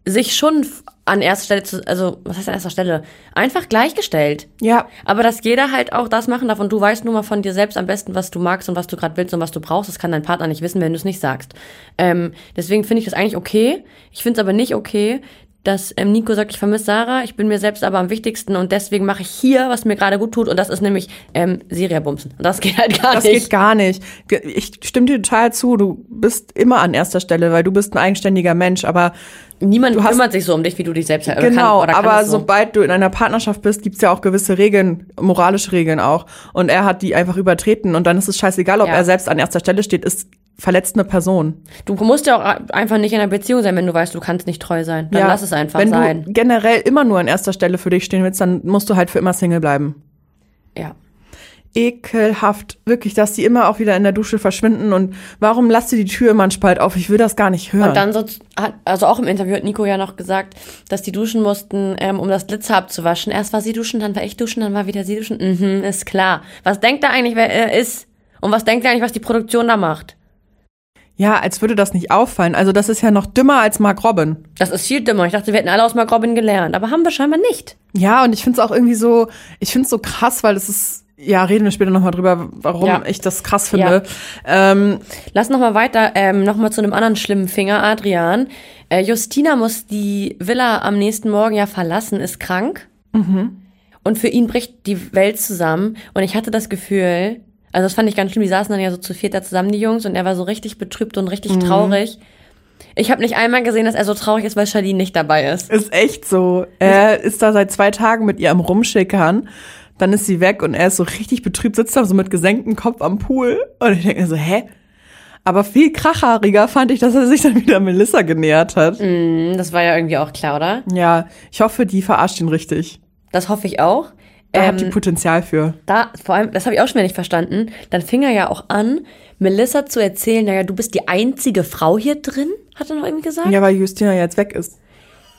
Speaker 2: sich schon f- an erster Stelle zu, also was heißt an erster Stelle? Einfach gleichgestellt.
Speaker 3: Ja.
Speaker 2: Aber dass jeder halt auch das machen darf und du weißt nur mal von dir selbst am besten, was du magst und was du gerade willst und was du brauchst. Das kann dein Partner nicht wissen, wenn du es nicht sagst. Ähm, deswegen finde ich das eigentlich okay. Ich finde es aber nicht okay, dass ähm, Nico sagt, ich vermisse Sarah, ich bin mir selbst aber am wichtigsten und deswegen mache ich hier, was mir gerade gut tut und das ist nämlich ähm, Syria bumsen. Und das geht halt gar
Speaker 3: Das
Speaker 2: nicht.
Speaker 3: geht gar nicht. Ge- Ich stimme dir total zu. Du bist immer an erster Stelle, weil du bist ein eigenständiger Mensch. Aber
Speaker 2: Niemand
Speaker 3: Du hast-
Speaker 2: kümmert sich so um dich, wie du dich selbst oder
Speaker 3: genau,
Speaker 2: kann, oder kann
Speaker 3: aber
Speaker 2: es so.
Speaker 3: sobald du in einer Partnerschaft bist, gibt's ja auch gewisse Regeln, moralische Regeln auch. Und er hat die einfach übertreten. Und dann ist es scheißegal, ob
Speaker 2: Ja.
Speaker 3: er selbst an erster Stelle steht, ist verletzt eine Person.
Speaker 2: Du musst ja auch einfach nicht in einer Beziehung sein, wenn du weißt, du kannst nicht treu sein. Dann
Speaker 3: ja.
Speaker 2: lass es einfach
Speaker 3: Wenn
Speaker 2: sein.
Speaker 3: du generell immer nur an erster Stelle für dich stehen willst, dann musst du halt für immer Single bleiben.
Speaker 2: Ja.
Speaker 3: ekelhaft. Wirklich, dass die immer auch wieder in der Dusche verschwinden. Und warum lasst ihr die Tür immer einen Spalt auf? Ich will das gar nicht hören.
Speaker 2: Und dann so, hat, also auch im Interview hat Nico ja noch gesagt, dass die duschen mussten, ähm, um das Glitzer abzuwaschen. Erst war sie duschen, dann war ich duschen, dann war wieder sie duschen. Mhm, ist klar. Was denkt er eigentlich, wer er ist? Und was denkt er eigentlich, was die Produktion da macht?
Speaker 3: ja, als würde das nicht auffallen. Also das ist ja noch dümmer als Mark Robin.
Speaker 2: Das ist viel dümmer. Ich dachte, wir hätten alle aus Mark Robin gelernt. Aber haben wir scheinbar nicht.
Speaker 3: Ja, und ich find's auch irgendwie so, ich find's so krass, weil es ist, ja, reden wir später nochmal drüber, warum
Speaker 2: Ja.
Speaker 3: ich das krass finde. Ähm,
Speaker 2: Lass noch mal weiter, ähm, noch mal zu einem anderen schlimmen Finger, Adrian. Äh, Justina muss die Villa am nächsten Morgen ja verlassen, ist krank.
Speaker 3: Mhm.
Speaker 2: Und für ihn bricht die Welt zusammen. Und ich hatte das Gefühl, also das fand ich ganz schlimm, die saßen dann ja so zu viert da zusammen, die Jungs, und er war so richtig betrübt und
Speaker 3: Mhm.
Speaker 2: richtig traurig. Ich habe nicht einmal gesehen, dass er so traurig ist, weil Charlene nicht dabei ist.
Speaker 3: ist echt so. Er ist da seit zwei Tagen mit ihr am Rumschickern. Dann ist sie weg und er ist so richtig betrübt, sitzt da so mit gesenktem Kopf am Pool. Und ich denke so, hä? Aber viel krachhaariger fand ich, dass er sich dann wieder Melissa genähert hat.
Speaker 2: Hm, Das war ja irgendwie auch klar, oder?
Speaker 3: Ja, ich hoffe, die verarscht ihn richtig.
Speaker 2: Das hoffe ich auch.
Speaker 3: Da
Speaker 2: Ähm,
Speaker 3: hat die Potenzial für.
Speaker 2: da, vor allem, das habe ich auch schon wieder nicht verstanden, dann fing er ja auch an, Melissa zu erzählen, naja, du bist die einzige Frau hier drin, hat er noch irgendwie gesagt. Ja,
Speaker 3: Ja, weil Justina jetzt weg ist.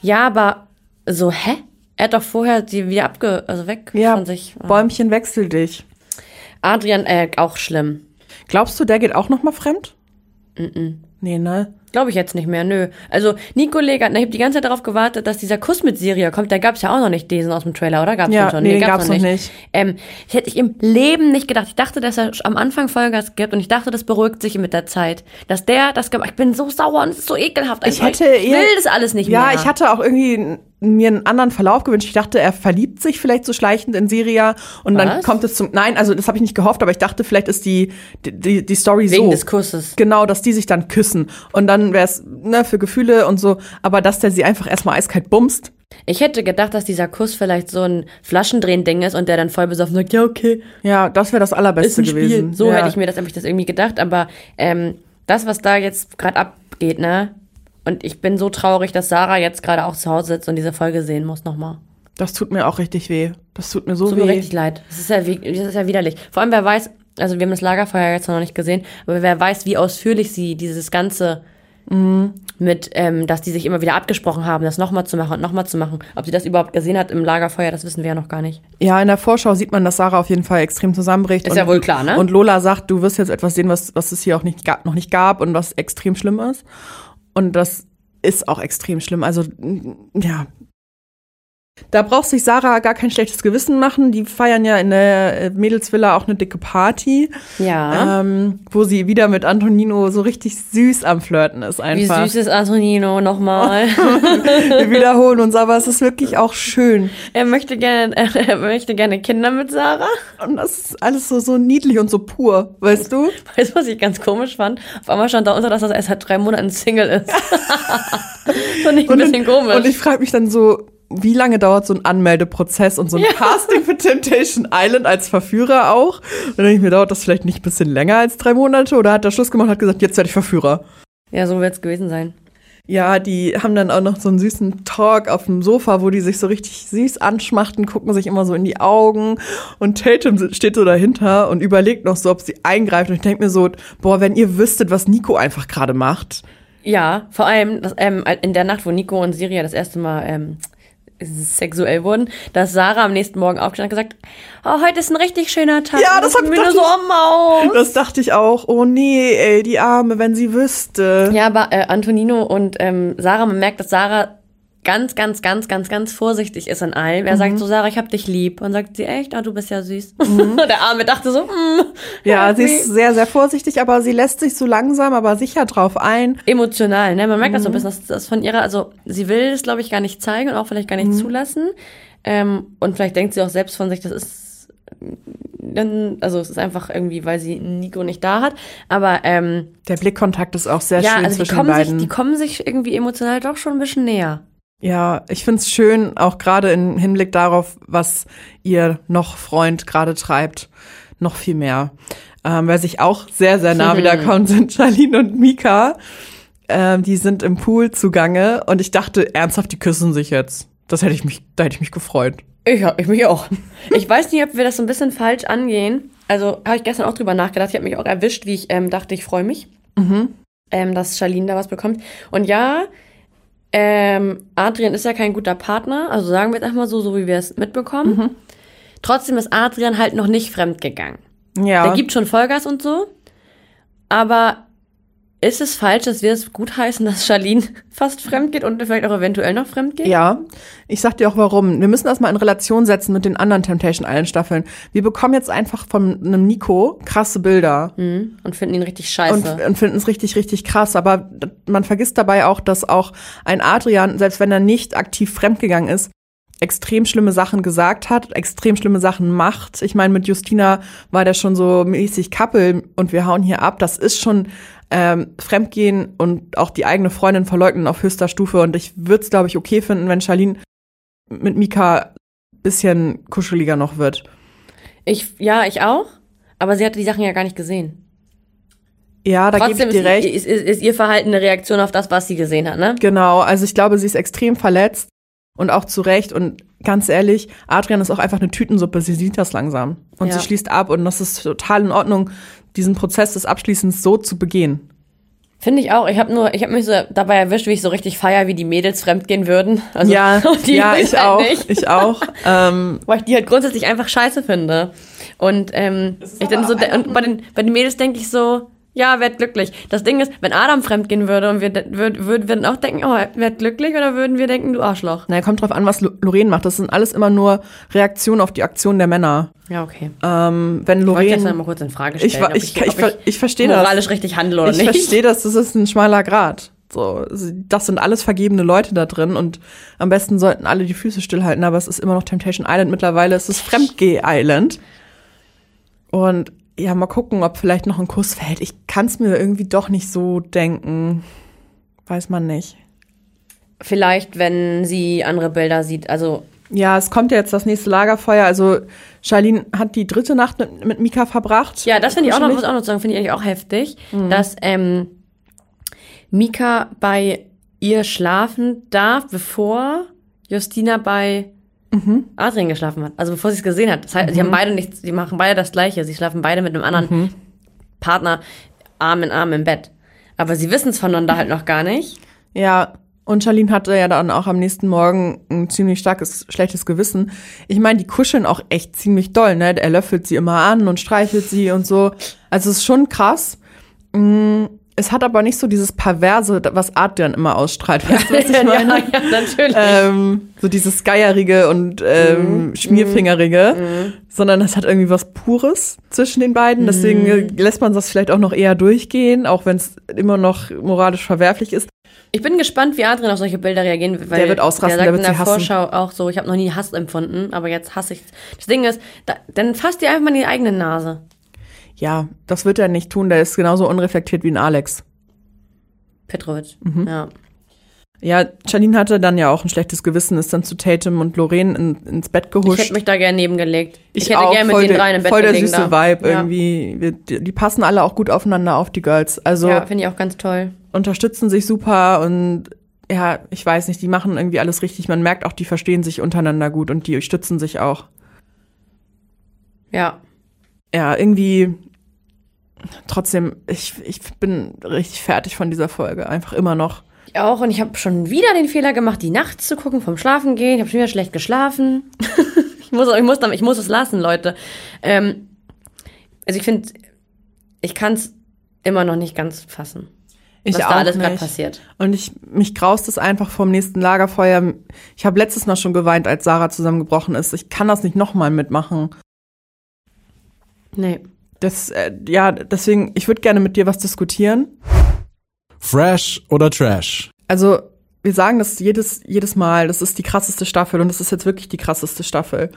Speaker 2: aber so, hä? Er hat doch vorher die wieder abge, also weg
Speaker 3: Ja,
Speaker 2: von sich.
Speaker 3: Bäumchen wechsel dich.
Speaker 2: Adrian, äh, auch schlimm.
Speaker 3: Glaubst du, der geht auch noch mal fremd? Mm Nee, ne?
Speaker 2: Glaube ich jetzt nicht mehr, nö. Also, Nico Legat, ne, ich habe die ganze Zeit darauf gewartet, dass dieser Kuss mit Syria kommt. Da gab's ja auch noch nicht diesen aus dem Trailer, oder? Gab's
Speaker 3: Ja,
Speaker 2: den schon?
Speaker 3: nee, den gab's noch nicht.
Speaker 2: Ähm, das hätte ich im Leben nicht gedacht. Ich dachte, dass er am Anfang Vollgas gibt und ich dachte, das beruhigt sich mit der Zeit. Dass der das gemacht Ich bin so sauer und es ist so ekelhaft.
Speaker 3: Ich
Speaker 2: einfach.
Speaker 3: hätte
Speaker 2: ich
Speaker 3: eher-
Speaker 2: will das alles nicht
Speaker 3: Ja,
Speaker 2: mehr.
Speaker 3: ich hatte auch irgendwie n- mir einen anderen Verlauf gewünscht. Ich dachte, er verliebt sich vielleicht so schleichend in Syria und dann
Speaker 2: Was?
Speaker 3: kommt es zum. Nein, also das habe ich nicht gehofft, aber ich dachte, vielleicht ist die, die- die, die Story
Speaker 2: Wegen
Speaker 3: so.
Speaker 2: des Kusses.
Speaker 3: Genau, dass die sich dann küssen. Und dann wäre es ne, für Gefühle und so. Aber dass der sie einfach erstmal eiskalt bumst.
Speaker 2: Ich hätte gedacht, dass dieser Kuss vielleicht so ein Flaschendrehen-Ding ist und der dann voll besoffen sagt, ja, okay,
Speaker 3: Ja, das wäre das
Speaker 2: ist
Speaker 3: Allerbeste
Speaker 2: ein
Speaker 3: gewesen.
Speaker 2: Spiel. So
Speaker 3: ja.
Speaker 2: hätte ich mir das, hab ich das irgendwie gedacht. Aber ähm, das, was da jetzt gerade abgeht, ne? Und ich bin so traurig, dass Sarah jetzt gerade auch zu Hause sitzt und diese Folge sehen muss nochmal.
Speaker 3: Das tut mir auch richtig weh. Das tut mir so
Speaker 2: Tut
Speaker 3: Oh weh.
Speaker 2: mir richtig leid. Das ist, ja, wie- das ist ja widerlich. Vor allem, wer weiß, also wir haben das Lagerfeuer jetzt noch nicht gesehen, aber wer weiß, wie ausführlich sie dieses Ganze
Speaker 3: Mhm.
Speaker 2: mit, ähm, dass die sich immer wieder abgesprochen haben, das nochmal zu machen und nochmal zu machen. Ob sie das überhaupt gesehen hat im Lagerfeuer, das wissen wir ja noch gar nicht.
Speaker 3: Ja, in der Vorschau sieht man, dass Sarah auf jeden Fall extrem zusammenbricht.
Speaker 2: Ist ja wohl klar, ne?
Speaker 3: Und Lola sagt, du wirst jetzt etwas sehen, was, was es hier auch nicht gab, noch nicht gab und was extrem schlimm ist. Und das ist auch extrem schlimm. Also, mm, ja. Da braucht sich Sarah gar kein schlechtes Gewissen machen. Die feiern ja in der äh, Mädelsvilla auch eine dicke Party,
Speaker 2: Ja.
Speaker 3: ähm, wo sie wieder mit Antonino so richtig süß am Flirten ist
Speaker 2: wie
Speaker 3: einfach.
Speaker 2: süß ist Antonino nochmal.
Speaker 3: Wir wiederholen uns, aber es ist wirklich auch schön.
Speaker 2: er möchte gerne, er möchte gerne Kinder mit Sarah.
Speaker 3: Und das ist alles so, so niedlich und so pur, weißt du?
Speaker 2: Weißt du, was ich ganz komisch fand? Auf einmal stand da unter, dass das erst seit drei Monaten Single ist. Finde ich ein bisschen komisch.
Speaker 3: Und ich frage mich dann so, wie lange dauert so ein Anmeldeprozess und so ein Casting für Temptation Island als Verführer auch? Und dann denke ich mir, dauert das vielleicht nicht ein bisschen länger als drei Monate? Oder hat er Schluss gemacht und hat gesagt, jetzt werde ich Verführer?
Speaker 2: ja, so wird's gewesen sein.
Speaker 3: Ja, die haben dann auch noch so einen süßen Talk auf dem Sofa, wo die sich so richtig süß anschmachten, gucken sich immer so in die Augen und Tatum steht so dahinter und überlegt noch so, ob sie eingreift. Und ich denke mir so, boah, wenn ihr wüsstet, was Nico einfach gerade macht.
Speaker 2: Ja, vor allem dass, ähm, in der Nacht, wo Nico und Siria das erste Mal ähm, sexuell wurden, dass Sarah am nächsten Morgen aufgestanden hat und gesagt, oh, heute ist ein richtig schöner Tag.
Speaker 3: Ja,
Speaker 2: Und
Speaker 3: das
Speaker 2: ich
Speaker 3: hab ich
Speaker 2: bin nur
Speaker 3: doch-
Speaker 2: so am Maus.
Speaker 3: Das dachte ich auch. Oh nee, ey, die Arme, wenn sie wüsste.
Speaker 2: Ja, aber äh, Antonino und ähm, Sarah, man merkt, dass Sarah ganz, ganz, ganz, ganz, ganz vorsichtig ist in allem. Er
Speaker 3: Mhm.
Speaker 2: sagt so, Sarah, ich hab dich lieb. Und sagt sie, echt? Oh, du bist ja süß. der Arme dachte so, mm,
Speaker 3: Ja,
Speaker 2: help
Speaker 3: sie
Speaker 2: me.
Speaker 3: ist sehr, sehr vorsichtig, aber sie lässt sich so langsam, aber sicher drauf ein.
Speaker 2: emotional, ne? Man merkt das so ein
Speaker 3: Mhm.
Speaker 2: bisschen, dass das von ihrer, also sie will es, glaube ich, gar nicht zeigen und auch vielleicht gar nicht
Speaker 3: Mhm.
Speaker 2: zulassen. Ähm, und vielleicht denkt sie auch selbst von sich, das ist, dann- also es ist einfach irgendwie, weil sie Nico nicht da hat. Aber ähm,
Speaker 3: Der Blickkontakt ist auch sehr
Speaker 2: ja,
Speaker 3: schön
Speaker 2: also die
Speaker 3: zwischen
Speaker 2: kommen,
Speaker 3: den
Speaker 2: sich,
Speaker 3: beiden.
Speaker 2: die kommen sich irgendwie emotional doch schon ein bisschen näher.
Speaker 3: ja, ich find's schön, auch gerade im Hinblick darauf, was ihr noch Freund gerade treibt, noch viel mehr. Ähm, wer sich auch sehr, sehr
Speaker 2: Mhm.
Speaker 3: nah wiederkommt, sind Charlene und Mika. Ähm, die sind im Pool zugange und ich dachte ernsthaft, die küssen sich jetzt. Das hätte ich mich, da hätte ich mich gefreut.
Speaker 2: Ich, ich mich auch. Ich weiß nicht, ob wir das so ein bisschen falsch angehen, also habe ich gestern auch drüber nachgedacht. Ich habe mich auch erwischt, wie ich ähm, dachte, ich freue mich,
Speaker 3: Mhm.
Speaker 2: ähm, dass Charlene da was bekommt. Und ja, ähm, Adrian ist ja kein guter Partner, also sagen wir jetzt einfach mal so, so wie wir es mitbekommen.
Speaker 3: Mhm.
Speaker 2: Trotzdem ist Adrian halt noch nicht fremdgegangen.
Speaker 3: Ja.
Speaker 2: Der gibt schon Vollgas und so. Aber ist es falsch, dass wir es gutheißen, dass Charlene fast fremd geht und vielleicht auch eventuell noch fremd geht?
Speaker 3: Ja, ich sag dir auch warum. Wir müssen das mal in Relation setzen mit den anderen Temptation Island Staffeln. Wir bekommen jetzt einfach von einem Nico krasse Bilder
Speaker 2: Mhm. Und finden ihn richtig
Speaker 3: und, äh,
Speaker 2: scheiße.
Speaker 3: und finden es richtig, richtig krass. Aber d- man vergisst dabei auch, dass auch ein Adrian, selbst wenn er nicht aktiv fremdgegangen ist, extrem schlimme Sachen gesagt hat, extrem schlimme Sachen macht. Ich meine, mit Justina war der schon so mäßig Couple und wir hauen hier ab. Das ist schon ähm, Fremdgehen und auch die eigene Freundin verleugnen auf höchster Stufe. Und ich würde es, glaube ich, okay finden, wenn Charlene mit Mika bisschen kuscheliger noch wird.
Speaker 2: ich, ja, ich auch. Aber sie hatte die Sachen ja gar nicht gesehen.
Speaker 3: Ja, da gebe
Speaker 2: Trotzdem
Speaker 3: ich dir recht.
Speaker 2: ist, ist, ist, ist ihr Verhalten eine Reaktion auf das, was sie gesehen hat, ne?
Speaker 3: Genau, also ich glaube, sie ist extrem verletzt und auch zu Recht. Und ganz ehrlich, Adrian ist auch einfach eine Tütensuppe, sie sieht das langsam. Und
Speaker 2: Ja.
Speaker 3: sie schließt ab und das ist total in Ordnung, diesen Prozess des Abschließens so zu begehen.
Speaker 2: Finde ich auch. Ich habe nur, ich habe mich so dabei erwischt, wie ich so richtig feier, wie die Mädels fremdgehen würden. Also,
Speaker 3: ja,
Speaker 2: und die
Speaker 3: ja
Speaker 2: Jungs
Speaker 3: ich,
Speaker 2: halt
Speaker 3: auch,
Speaker 2: Nicht.
Speaker 3: ich auch. Ähm,
Speaker 2: Weil ich die halt grundsätzlich einfach scheiße finde. Und ähm, ich dann so de- und bei den, bei den Mädels denke ich so, ja, werd glücklich. Das Ding ist, wenn Adam fremdgehen würde und wir de- würd, würden wir dann auch denken, oh, werd glücklich oder würden wir denken, du Arschloch.
Speaker 3: na, kommt drauf an, was Lo- Lorraine macht. Das sind alles immer nur Reaktionen auf die Aktionen der Männer.
Speaker 2: Ja, okay.
Speaker 3: Ähm, wenn
Speaker 2: Ich wollte das dann
Speaker 3: Lorraine.
Speaker 2: mal kurz in Frage stellen,
Speaker 3: Ich, wa-
Speaker 2: ob
Speaker 3: ich,
Speaker 2: ich,
Speaker 3: ich,
Speaker 2: ob
Speaker 3: ver- ich verstehe das.
Speaker 2: moralisch richtig handle oder
Speaker 3: Ich
Speaker 2: nicht.
Speaker 3: verstehe das, das ist ein schmaler Grad. So, das sind alles vergebene Leute da drin und am besten sollten alle die Füße stillhalten, aber es ist immer noch Temptation Island. Mittlerweile ist es Fremdgeh Island. Und ja, mal gucken, ob vielleicht noch ein Kuss fällt. Ich kann es mir irgendwie doch nicht so denken. Weiß man nicht.
Speaker 2: Vielleicht, wenn sie andere Bilder sieht. Also,
Speaker 3: Ja, es kommt ja jetzt das nächste Lagerfeuer. Also Charlene hat die dritte Nacht mit, mit Mika verbracht.
Speaker 2: ja, das finde ich auch noch,
Speaker 3: Kuschelig.
Speaker 2: muss auch noch sagen, finde ich eigentlich auch heftig,
Speaker 3: Mhm.
Speaker 2: dass ähm, Mika bei ihr schlafen darf, bevor Justina bei
Speaker 3: Mhm.
Speaker 2: Adrian geschlafen hat. Also bevor sie es gesehen hat. Das heißt, sie haben beide nichts, sie machen beide das Gleiche. Sie schlafen beide mit einem anderen
Speaker 3: Mhm.
Speaker 2: Partner Arm in Arm im Bett. Aber sie wissen es voneinander halt noch gar nicht.
Speaker 3: Ja, und Charlene hatte ja dann auch am nächsten Morgen ein ziemlich starkes, schlechtes Gewissen. Ich meine, die kuscheln auch echt ziemlich doll, ne? Er löffelt sie immer an und streichelt sie und so. Also es ist schon krass. Mm, Es hat aber nicht so dieses Perverse, was Adrian immer ausstrahlt. Weißt du, was ich meine?
Speaker 2: ja, ja, natürlich.
Speaker 3: ähm, so dieses Geierige und ähm,
Speaker 2: Mhm.
Speaker 3: Schmierfingerige, sondern es hat irgendwie was Pures zwischen den beiden. Deswegen
Speaker 2: Mhm.
Speaker 3: äh, lässt man das vielleicht auch noch eher durchgehen, auch wenn es immer noch moralisch verwerflich ist.
Speaker 2: Ich bin gespannt, wie Adrian auf solche Bilder reagieren wird. Weil
Speaker 3: Der wird ausrasten,
Speaker 2: der
Speaker 3: der
Speaker 2: sagt
Speaker 3: wird
Speaker 2: in der
Speaker 3: sie hassen.
Speaker 2: Vorschau auch so, ich habe noch nie Hass empfunden, aber jetzt hasse ich. Das Ding ist, da, dann fasst dir einfach mal in die eigene Nase.
Speaker 3: Ja, das wird er nicht tun. Der ist genauso unreflektiert wie ein Alex.
Speaker 2: Petrovic.
Speaker 3: Mhm.
Speaker 2: Ja.
Speaker 3: Ja, Janine hatte dann ja auch ein schlechtes Gewissen, ist dann zu Tatum und Lorraine in, ins Bett
Speaker 2: Ich
Speaker 3: gehuscht.
Speaker 2: hätte mich da gerne nebengelegt. Ich, hätte
Speaker 3: auch,
Speaker 2: gerne
Speaker 3: voll
Speaker 2: mit den
Speaker 3: der-
Speaker 2: dreien im Bett
Speaker 3: Voll der
Speaker 2: gelegen
Speaker 3: süße
Speaker 2: da.
Speaker 3: Vibe
Speaker 2: ja.
Speaker 3: irgendwie. Wir, die, die passen alle auch gut aufeinander auf, die Girls. Also
Speaker 2: Ja, finde ich auch ganz toll.
Speaker 3: unterstützen sich super und ja, ich weiß nicht, die machen irgendwie alles richtig. Man merkt auch, die verstehen sich untereinander gut und die stützen sich auch.
Speaker 2: Ja.
Speaker 3: Ja, irgendwie trotzdem, ich, ich bin richtig fertig von dieser Folge. Einfach immer noch.
Speaker 2: Ich auch. Und ich habe schon wieder den Fehler gemacht, die nachts zu gucken, vom Schlafen gehen. Ich habe schon wieder schlecht geschlafen. ich, muss, ich, muss, damit- ich muss es lassen, Leute. Ähm, also ich finde, ich kann es immer noch nicht ganz fassen.
Speaker 3: Ich
Speaker 2: was da
Speaker 3: auch
Speaker 2: alles gerade
Speaker 3: nicht.
Speaker 2: passiert.
Speaker 3: Und ich, mich graust es einfach vom nächsten Lagerfeuer. Ich habe letztes Mal schon geweint, als Sarah zusammengebrochen ist. Ich kann das nicht nochmal mitmachen.
Speaker 2: Nee.
Speaker 3: Das, äh, ja, deswegen, ich würde gerne mit dir was diskutieren.
Speaker 1: Fresh oder Trash?
Speaker 3: Also, wir sagen das jedes, jedes Mal, das ist die krasseste Staffel und das ist jetzt wirklich die krasseste Staffel.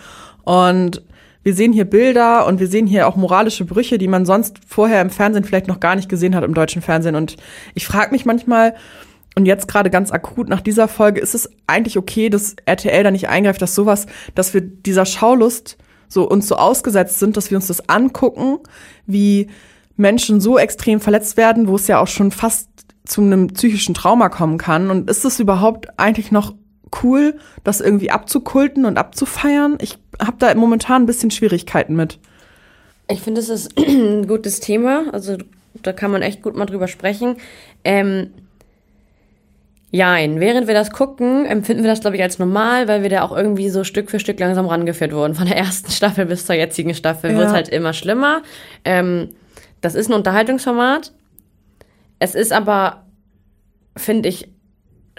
Speaker 3: Und wir sehen hier Bilder und wir sehen hier auch moralische Brüche, die man sonst vorher im Fernsehen vielleicht noch gar nicht gesehen hat, im deutschen Fernsehen. Und ich frage mich manchmal, und jetzt gerade ganz akut nach dieser Folge, ist es eigentlich okay, dass RTL da nicht eingreift, dass sowas, dass wir dieser Schaulust so uns so ausgesetzt sind, dass wir uns das angucken, wie Menschen so extrem verletzt werden, wo es ja auch schon fast zu einem psychischen Trauma kommen kann. Und ist es überhaupt eigentlich noch cool, das irgendwie abzukulten und abzufeiern? Ich habe da momentan ein bisschen Schwierigkeiten mit.
Speaker 2: Ich finde, es ist ein gutes Thema. Also da kann man echt gut mal drüber sprechen. Ähm, jein, während wir das gucken, empfinden wir das, glaube ich, als normal, weil wir da auch irgendwie so Stück für Stück langsam rangeführt wurden. Von der ersten Staffel bis zur jetzigen Staffel wird
Speaker 3: Ja.
Speaker 2: es halt immer schlimmer. Ähm, das ist ein Unterhaltungsformat. Es ist aber, finde ich,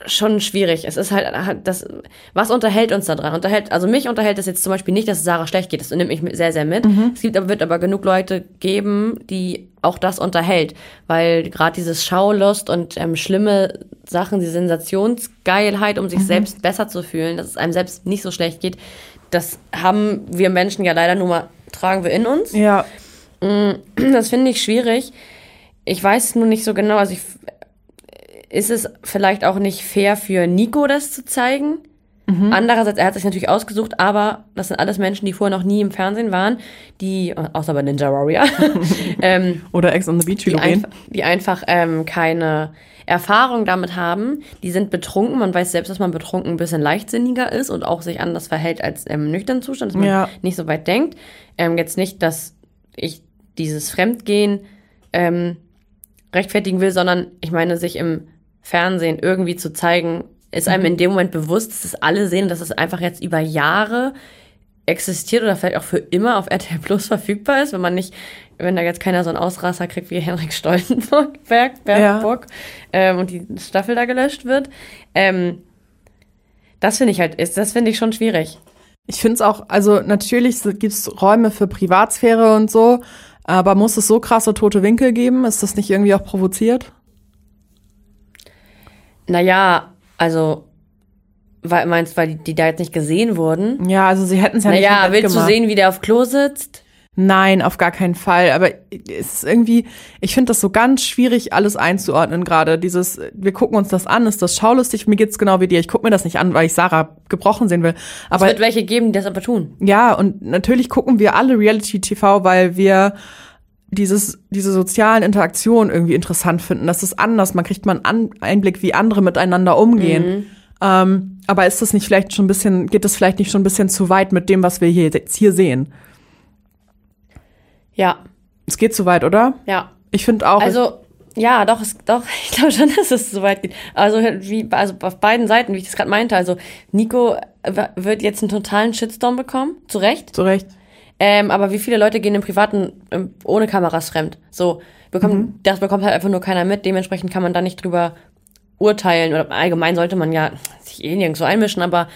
Speaker 2: schon schwierig. Es ist halt, hat das, was unterhält uns da dran? Unterhält, also mich unterhält das jetzt zum Beispiel nicht, dass es Sarah schlecht geht. Das nimmt mich sehr, sehr mit. Es gibt, aber- wird aber genug Leute geben, die auch das unterhält. Weil gerade dieses Schaulust und ähm, schlimme Sachen, die Sensationsgeilheit, um sich selbst besser zu fühlen, dass es einem selbst nicht so schlecht geht, das haben wir Menschen ja leider nur mal, tragen wir in uns.
Speaker 3: Ja,
Speaker 2: Das finde ich schwierig. Ich weiß nur nicht so genau, also ich, ist es vielleicht auch nicht fair für Nico, das zu zeigen? Andererseits, er hat sich natürlich ausgesucht, aber das sind alles Menschen, die vorher noch nie im Fernsehen waren, die, außer bei Ninja Warrior, ähm,
Speaker 3: oder Ex on the Beach, wie
Speaker 2: die,
Speaker 3: du
Speaker 2: einf
Speaker 3: gehen.
Speaker 2: die einfach ähm, keine Erfahrung damit haben. Die sind betrunken. Man weiß selbst, dass man betrunken ein bisschen leichtsinniger ist und auch sich anders verhält als im nüchternen Zustand, dass man
Speaker 3: Ja.
Speaker 2: nicht so weit denkt. Ähm, jetzt nicht, dass ich dieses Fremdgehen ähm, rechtfertigen will, sondern ich meine, sich im Fernsehen irgendwie zu zeigen, ist einem
Speaker 3: Mhm.
Speaker 2: in dem Moment bewusst, dass es alle sehen, dass es einfach jetzt über Jahre existiert oder vielleicht auch für immer auf RTL Plus verfügbar ist, wenn man nicht, wenn da jetzt keiner so einen Ausraster kriegt wie Henrik Stoltenberg Berg, Bergburg, ähm, und die Staffel da gelöscht wird. Ähm, das finde ich halt, ist, das finde ich schon schwierig.
Speaker 3: Ich finde es auch, also natürlich gibt es Räume für Privatsphäre und so, aber muss es so krasse tote Winkel geben? Ist das nicht irgendwie auch provoziert?
Speaker 2: Naja, also, weil, meinst du, weil die, die da jetzt nicht gesehen wurden?
Speaker 3: Ja, also sie hätten es ja nicht
Speaker 2: Naja,
Speaker 3: komplett
Speaker 2: willst du
Speaker 3: gemacht.
Speaker 2: sehen, wie der auf Klo sitzt?
Speaker 3: Nein, auf gar keinen Fall. Aber es ist irgendwie, ich finde das so ganz schwierig, alles einzuordnen gerade. Dieses, wir gucken uns das an, ist das schaulustig? Mir geht's genau wie dir. Ich gucke mir das nicht an, weil ich Sarah gebrochen sehen will.
Speaker 2: Es
Speaker 3: Aber
Speaker 2: wird welche geben, die das aber tun.
Speaker 3: ja, und natürlich gucken wir alle Reality-TV, weil wir dieses, diese sozialen Interaktionen irgendwie interessant finden. Das ist anders. Man kriegt mal einen an Einblick, wie andere miteinander umgehen.
Speaker 2: Mhm.
Speaker 3: Ähm, aber ist das nicht vielleicht schon ein bisschen, geht das vielleicht nicht schon ein bisschen zu weit mit dem, was wir hier, jetzt hier sehen?
Speaker 2: Ja,
Speaker 3: Es geht zu weit, oder?
Speaker 2: ja.
Speaker 3: Ich finde auch.
Speaker 2: Also, ja, doch, es, doch, ich glaube schon, dass es so weit geht. Also, wie, also auf beiden Seiten, wie ich das gerade meinte. Also, Nico w- wird jetzt einen totalen Shitstorm bekommen, zu Recht.
Speaker 3: Zu Recht.
Speaker 2: Ähm, aber wie viele Leute gehen im Privaten ähm, ohne Kameras fremd? So, bekommt, das bekommt halt einfach nur keiner mit. Dementsprechend kann man da nicht drüber urteilen. Oder allgemein sollte man ja sich eh nirgends so einmischen, aber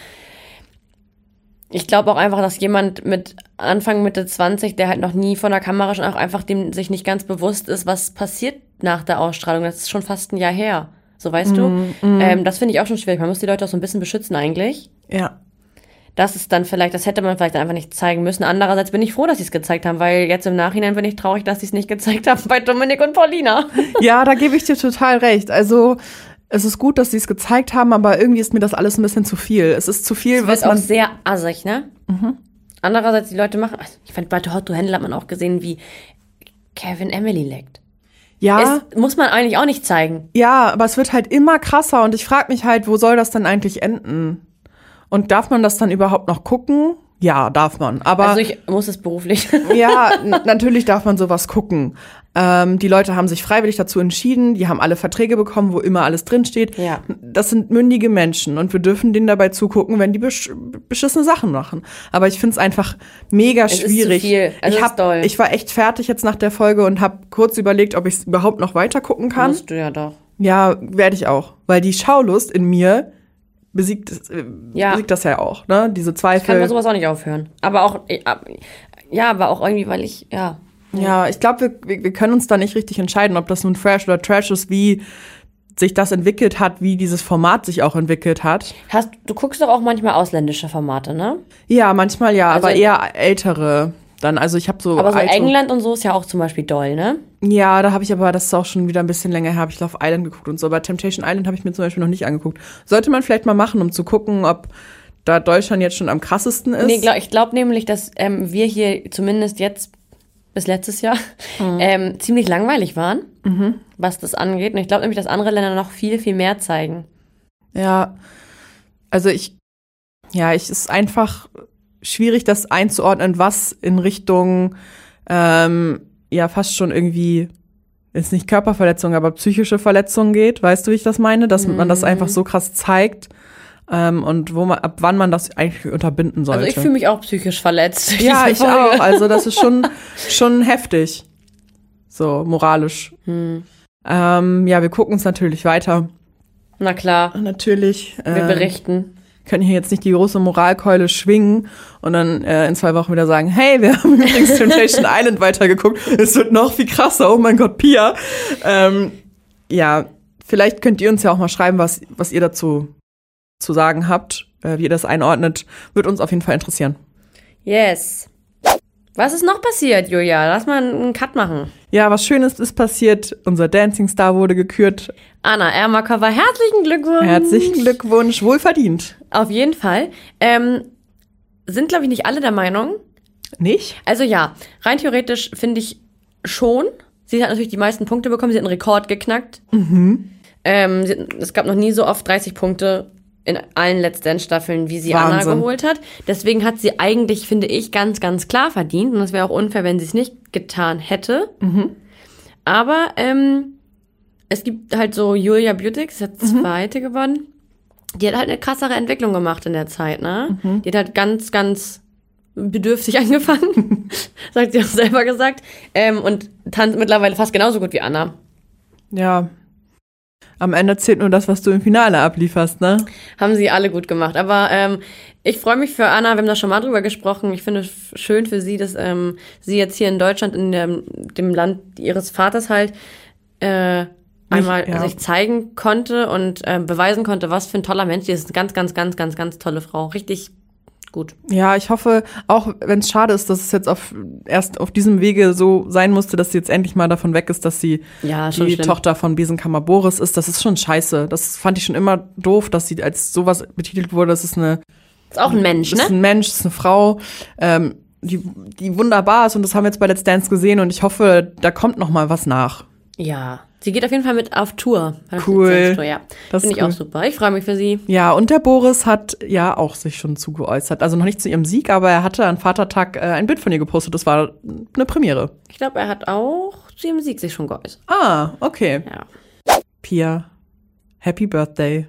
Speaker 2: ich glaube auch einfach, dass jemand mit Anfang, Mitte 20, der halt noch nie vor einer Kamera schon auch einfach dem sich nicht ganz bewusst ist, was passiert nach der Ausstrahlung. Das ist schon fast ein Jahr her. So weißt du? Ähm, das finde ich auch schon schwierig. Man muss die Leute auch so ein bisschen beschützen eigentlich.
Speaker 3: Ja.
Speaker 2: Das ist dann vielleicht, das hätte man vielleicht einfach nicht zeigen müssen. Andererseits bin ich froh, dass sie es gezeigt haben, weil jetzt im Nachhinein bin ich traurig, dass sie es nicht gezeigt haben bei Dominik und Paulina.
Speaker 3: Ja, da gebe ich dir total recht. Also, es ist gut, dass sie es gezeigt haben, aber irgendwie ist mir das alles ein bisschen zu viel. Es ist zu viel,
Speaker 2: Das
Speaker 3: was
Speaker 2: ist auch
Speaker 3: man. Mhm.
Speaker 2: sehr assig, ne? Andererseits, die Leute machen, also ich fand, bei Hot to Handle hat man auch gesehen, wie Kevin Emily leckt.
Speaker 3: Ja,
Speaker 2: Ist, muss man eigentlich auch nicht zeigen.
Speaker 3: ja, aber es wird halt immer krasser und ich frage mich halt, wo soll das denn eigentlich enden? Und darf man das dann überhaupt noch gucken? Ja, darf man. Aber
Speaker 2: Also ich muss es beruflich.
Speaker 3: ja, n- natürlich darf man sowas gucken. Ähm, die Leute haben sich freiwillig dazu entschieden, die haben alle Verträge bekommen, wo immer alles drinsteht.
Speaker 2: Ja.
Speaker 3: Das sind mündige Menschen und wir dürfen denen dabei zugucken, wenn die besch beschissene Sachen machen. Aber ich find's einfach mega
Speaker 2: ist zu
Speaker 3: schwierig.
Speaker 2: viel. Es
Speaker 3: ich,
Speaker 2: ist
Speaker 3: hab,
Speaker 2: doll.
Speaker 3: ich war echt fertig jetzt nach der Folge und habe kurz überlegt, ob ich es überhaupt noch weiter gucken kann.
Speaker 2: Musst du ja doch.
Speaker 3: Ja, werde ich auch. Weil die Schaulust in mir besiegt, äh,
Speaker 2: Ja.
Speaker 3: besiegt das ja auch, ne? Diese Zweifel.
Speaker 2: Kann bei sowas auch nicht aufhören. Aber auch, äh, ab- ja, aber auch irgendwie, weil ich, ja.
Speaker 3: Ja, ich glaube, wir- wir, wir können uns da nicht richtig entscheiden, ob das nun Fresh oder Trash ist, wie sich das entwickelt hat, wie dieses Format sich auch entwickelt hat.
Speaker 2: Hast, du guckst doch auch manchmal ausländische Formate, ne?
Speaker 3: Ja, manchmal ja, aber
Speaker 2: Also-
Speaker 3: eher ältere. Dann, also ich habe so.
Speaker 2: Aber so
Speaker 3: alte-
Speaker 2: England und so ist ja auch zum Beispiel doll, ne?
Speaker 3: Ja, da habe ich aber, das ist auch schon wieder ein bisschen länger her, habe ich Love Island geguckt und so. Aber Temptation Island habe ich mir zum Beispiel noch nicht angeguckt. Sollte man vielleicht mal machen, um zu gucken, ob da Deutschland jetzt schon am krassesten ist.
Speaker 2: Nee, glaub, ich glaube nämlich, dass ähm, wir hier zumindest jetzt bis letztes Jahr
Speaker 3: Mhm.
Speaker 2: ähm, ziemlich langweilig waren, was das angeht. Und ich glaube nämlich, dass andere Länder noch viel, viel mehr zeigen.
Speaker 3: Ja, also ich, ja, ich es ist einfach schwierig, das einzuordnen, was in Richtung ähm, ja fast schon irgendwie ist nicht Körperverletzung, aber psychische Verletzungen geht. Weißt du, wie ich das meine? Dass man das
Speaker 2: Mhm.
Speaker 3: einfach so krass zeigt ähm, und wo man, ab wann man das eigentlich unterbinden sollte.
Speaker 2: Also ich fühle mich auch psychisch verletzt. durch
Speaker 3: ja,
Speaker 2: diese
Speaker 3: ich
Speaker 2: Folge.
Speaker 3: auch. Also das ist schon, schon heftig. So, moralisch.
Speaker 2: Hm.
Speaker 3: Ähm, ja, wir gucken es natürlich weiter.
Speaker 2: Na klar,
Speaker 3: Natürlich.
Speaker 2: wir
Speaker 3: ähm,
Speaker 2: berichten.
Speaker 3: Können hier jetzt nicht die große Moralkeule schwingen und dann äh, in zwei Wochen wieder sagen, hey, wir haben übrigens Temptation Island weitergeguckt. Es wird noch viel krasser. Oh mein Gott, Pia. Ähm, ja, vielleicht könnt ihr uns ja auch mal schreiben, was, was ihr dazu zu sagen habt, äh, wie ihr das einordnet. Wird uns auf jeden Fall interessieren.
Speaker 2: Yes. Was ist noch passiert, Julia? Lass mal einen Cut machen.
Speaker 3: Ja, was Schönes ist passiert. Unser Dancing Star wurde gekürt.
Speaker 2: Anna Ermacker war herzlichen Glückwunsch.
Speaker 3: Herzlichen Glückwunsch, wohlverdient.
Speaker 2: Auf jeden Fall. Ähm, sind, glaube ich, nicht alle der Meinung.
Speaker 3: Nicht?
Speaker 2: Also ja, rein theoretisch finde ich schon. Sie hat natürlich die meisten Punkte bekommen. Sie hat einen Rekord geknackt. Ähm, sie, hat- es gab noch nie so oft 30 Punkte in allen Let's Dance Staffeln, wie sie
Speaker 3: Wahnsinn.
Speaker 2: Anna geholt hat. Deswegen hat sie eigentlich, finde ich, ganz, ganz klar verdient. Und es wäre auch unfair, wenn sie es nicht getan hätte. Aber ähm, es gibt halt so Julia Butik, ist hat zweite geworden. Die hat halt eine krassere Entwicklung gemacht in der Zeit, ne? Die hat halt ganz, ganz bedürftig angefangen, sagt sie auch selber gesagt. Ähm, und tanzt mittlerweile fast genauso gut wie Anna.
Speaker 3: Ja. Am Ende zählt nur das, was du im Finale ablieferst, ne?
Speaker 2: Haben sie alle gut gemacht. Aber ähm, ich freue mich für Anna, wir haben da schon mal drüber gesprochen. Ich finde es f- schön für sie, dass ähm, sie jetzt hier in Deutschland, in dem, dem Land ihres Vaters halt, äh, einmal
Speaker 3: ja.
Speaker 2: sich zeigen konnte und ähm, beweisen konnte, was für ein toller Mensch sie ist. Eine ganz, ganz, ganz, ganz, ganz tolle Frau. Richtig gut.
Speaker 3: Ja, ich hoffe, auch wenn es schade ist, dass es jetzt auf, erst auf diesem Wege so sein musste, dass sie jetzt endlich mal davon weg ist, dass sie
Speaker 2: Ja, schon
Speaker 3: die
Speaker 2: schlimm.
Speaker 3: Tochter von Besenkammer Boris ist. Das ist schon scheiße. Das fand ich schon immer doof, dass sie als sowas betitelt wurde. Das ist eine
Speaker 2: Ist auch ein Mensch,
Speaker 3: ist
Speaker 2: ne?
Speaker 3: ein Mensch, ist eine Frau, ähm, die, die wunderbar ist und das haben wir jetzt bei Let's Dance gesehen und ich hoffe, da kommt noch mal was nach.
Speaker 2: Ja. Sie geht auf jeden Fall mit auf Tour.
Speaker 3: Cool.
Speaker 2: Tour, ja.
Speaker 3: Das
Speaker 2: Finde
Speaker 3: ist
Speaker 2: ich auch
Speaker 3: cool.
Speaker 2: super. Ich freue mich für sie.
Speaker 3: Ja, und der Boris hat ja auch sich schon zugeäußert. Also noch nicht zu ihrem Sieg, aber er hatte an Vatertag äh, ein Bild von ihr gepostet. Das war eine Premiere.
Speaker 2: Ich glaube, er hat auch zu ihrem Sieg sich schon geäußert.
Speaker 3: Ah, okay.
Speaker 2: Ja.
Speaker 3: Pia, Happy Birthday.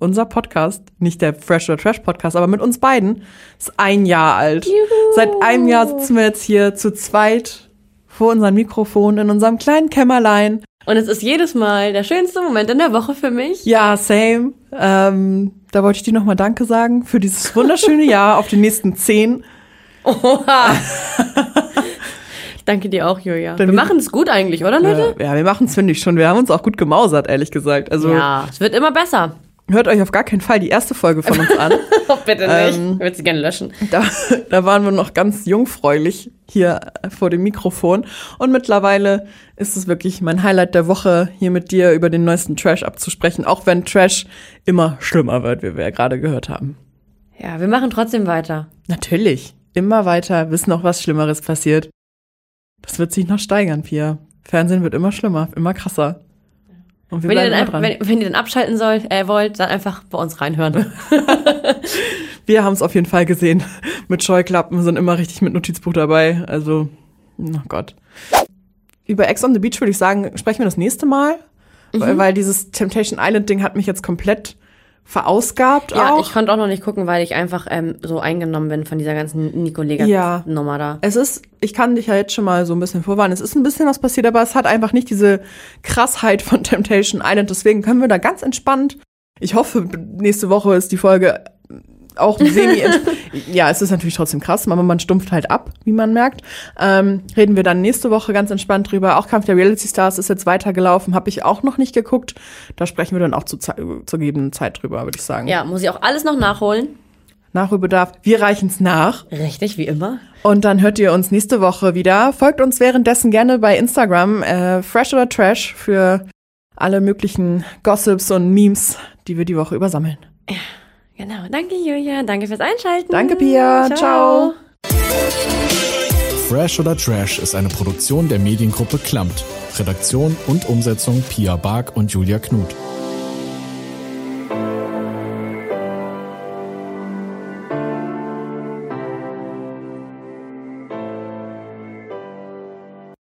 Speaker 3: Unser Podcast, nicht der Fresh oder Trash Podcast, aber mit uns beiden, ist ein Jahr alt. Seit einem Jahr sitzen wir jetzt hier zu zweit vor unserem Mikrofon in unserem kleinen Kämmerlein
Speaker 2: Und es ist jedes Mal der schönste Moment in der Woche für mich.
Speaker 3: Ja, same. Ähm, da wollte ich dir nochmal Danke sagen für dieses wunderschöne Jahr auf die nächsten zehn.
Speaker 2: Oha. Danke dir auch, Julia.
Speaker 3: Dann
Speaker 2: wir
Speaker 3: wie-
Speaker 2: machen es gut eigentlich, oder Leute?
Speaker 3: Äh, Ja, wir machen's finde ich, schon. Wir haben uns auch gut gemausert, ehrlich gesagt. Also
Speaker 2: Ja, es wird immer besser.
Speaker 3: hört euch auf gar keinen Fall die erste Folge von uns an.
Speaker 2: Oh, bitte nicht.
Speaker 3: Ähm.
Speaker 2: ich würde sie gerne löschen.
Speaker 3: Da, da waren wir noch ganz jungfräulich hier vor dem Mikrofon. Und mittlerweile ist es wirklich mein Highlight der Woche, hier mit dir über den neuesten Trash abzusprechen, auch wenn Trash immer schlimmer wird, wie wir ja gerade gehört haben.
Speaker 2: Ja, wir machen trotzdem weiter.
Speaker 3: Natürlich. Immer weiter, bis noch was Schlimmeres passiert. Das wird sich noch steigern, Pia. Fernsehen wird immer schlimmer, immer krasser. Und wir
Speaker 2: Wenn ihr,
Speaker 3: bleiben
Speaker 2: dann,
Speaker 3: immer
Speaker 2: einfach-
Speaker 3: dran.
Speaker 2: wenn, wenn ihr dann abschalten sollt, äh, wollt, dann einfach bei uns reinhören.
Speaker 3: wir haben es auf jeden Fall gesehen. Mit Scheuklappen sind immer richtig mit Notizbuch dabei. Also, oh Gott. Über Ex on the Beach würde ich sagen, sprechen wir das nächste Mal.
Speaker 2: Mhm.
Speaker 3: Weil, weil dieses Temptation Island-Ding hat mich jetzt komplett verausgabt
Speaker 2: Ja,
Speaker 3: auch.
Speaker 2: ich konnte auch noch nicht gucken, weil ich einfach ähm, so eingenommen bin von dieser ganzen
Speaker 3: Ja.
Speaker 2: Nico-Lega-Nummer da.
Speaker 3: Es ist, ich kann dich ja jetzt schon mal so ein bisschen vorwarnen, es ist ein bisschen was passiert, aber es hat einfach nicht diese Krassheit von Temptation Island. Deswegen können wir da ganz entspannt. Ich hoffe, b- nächste Woche ist die Folge auch semi. ja, es ist natürlich trotzdem krass, aber man stumpft halt ab, wie man merkt. Ähm, reden wir dann nächste Woche ganz entspannt drüber. Auch Kampf der Reality Stars ist jetzt weitergelaufen, habe ich auch noch nicht geguckt. Da sprechen wir dann auch zu, Ze- zur gegebenen Zeit drüber, würde ich sagen.
Speaker 2: Ja, muss ich auch alles noch nachholen.
Speaker 3: Nachholbedarf. Wir reichen's nach.
Speaker 2: Richtig, wie immer.
Speaker 3: Und dann hört ihr uns nächste Woche wieder. Folgt uns währenddessen gerne bei Instagram, äh, Fresh oder Trash, für alle möglichen Gossips und Memes, die wir die Woche übersammeln.
Speaker 2: Genau. Danke, Julia. Danke fürs Einschalten.
Speaker 3: Danke, Pia. Ciao.
Speaker 1: Fresh oder Trash ist eine Produktion der Mediengruppe Klammt. Redaktion und Umsetzung Pia Bark und Julia Knut.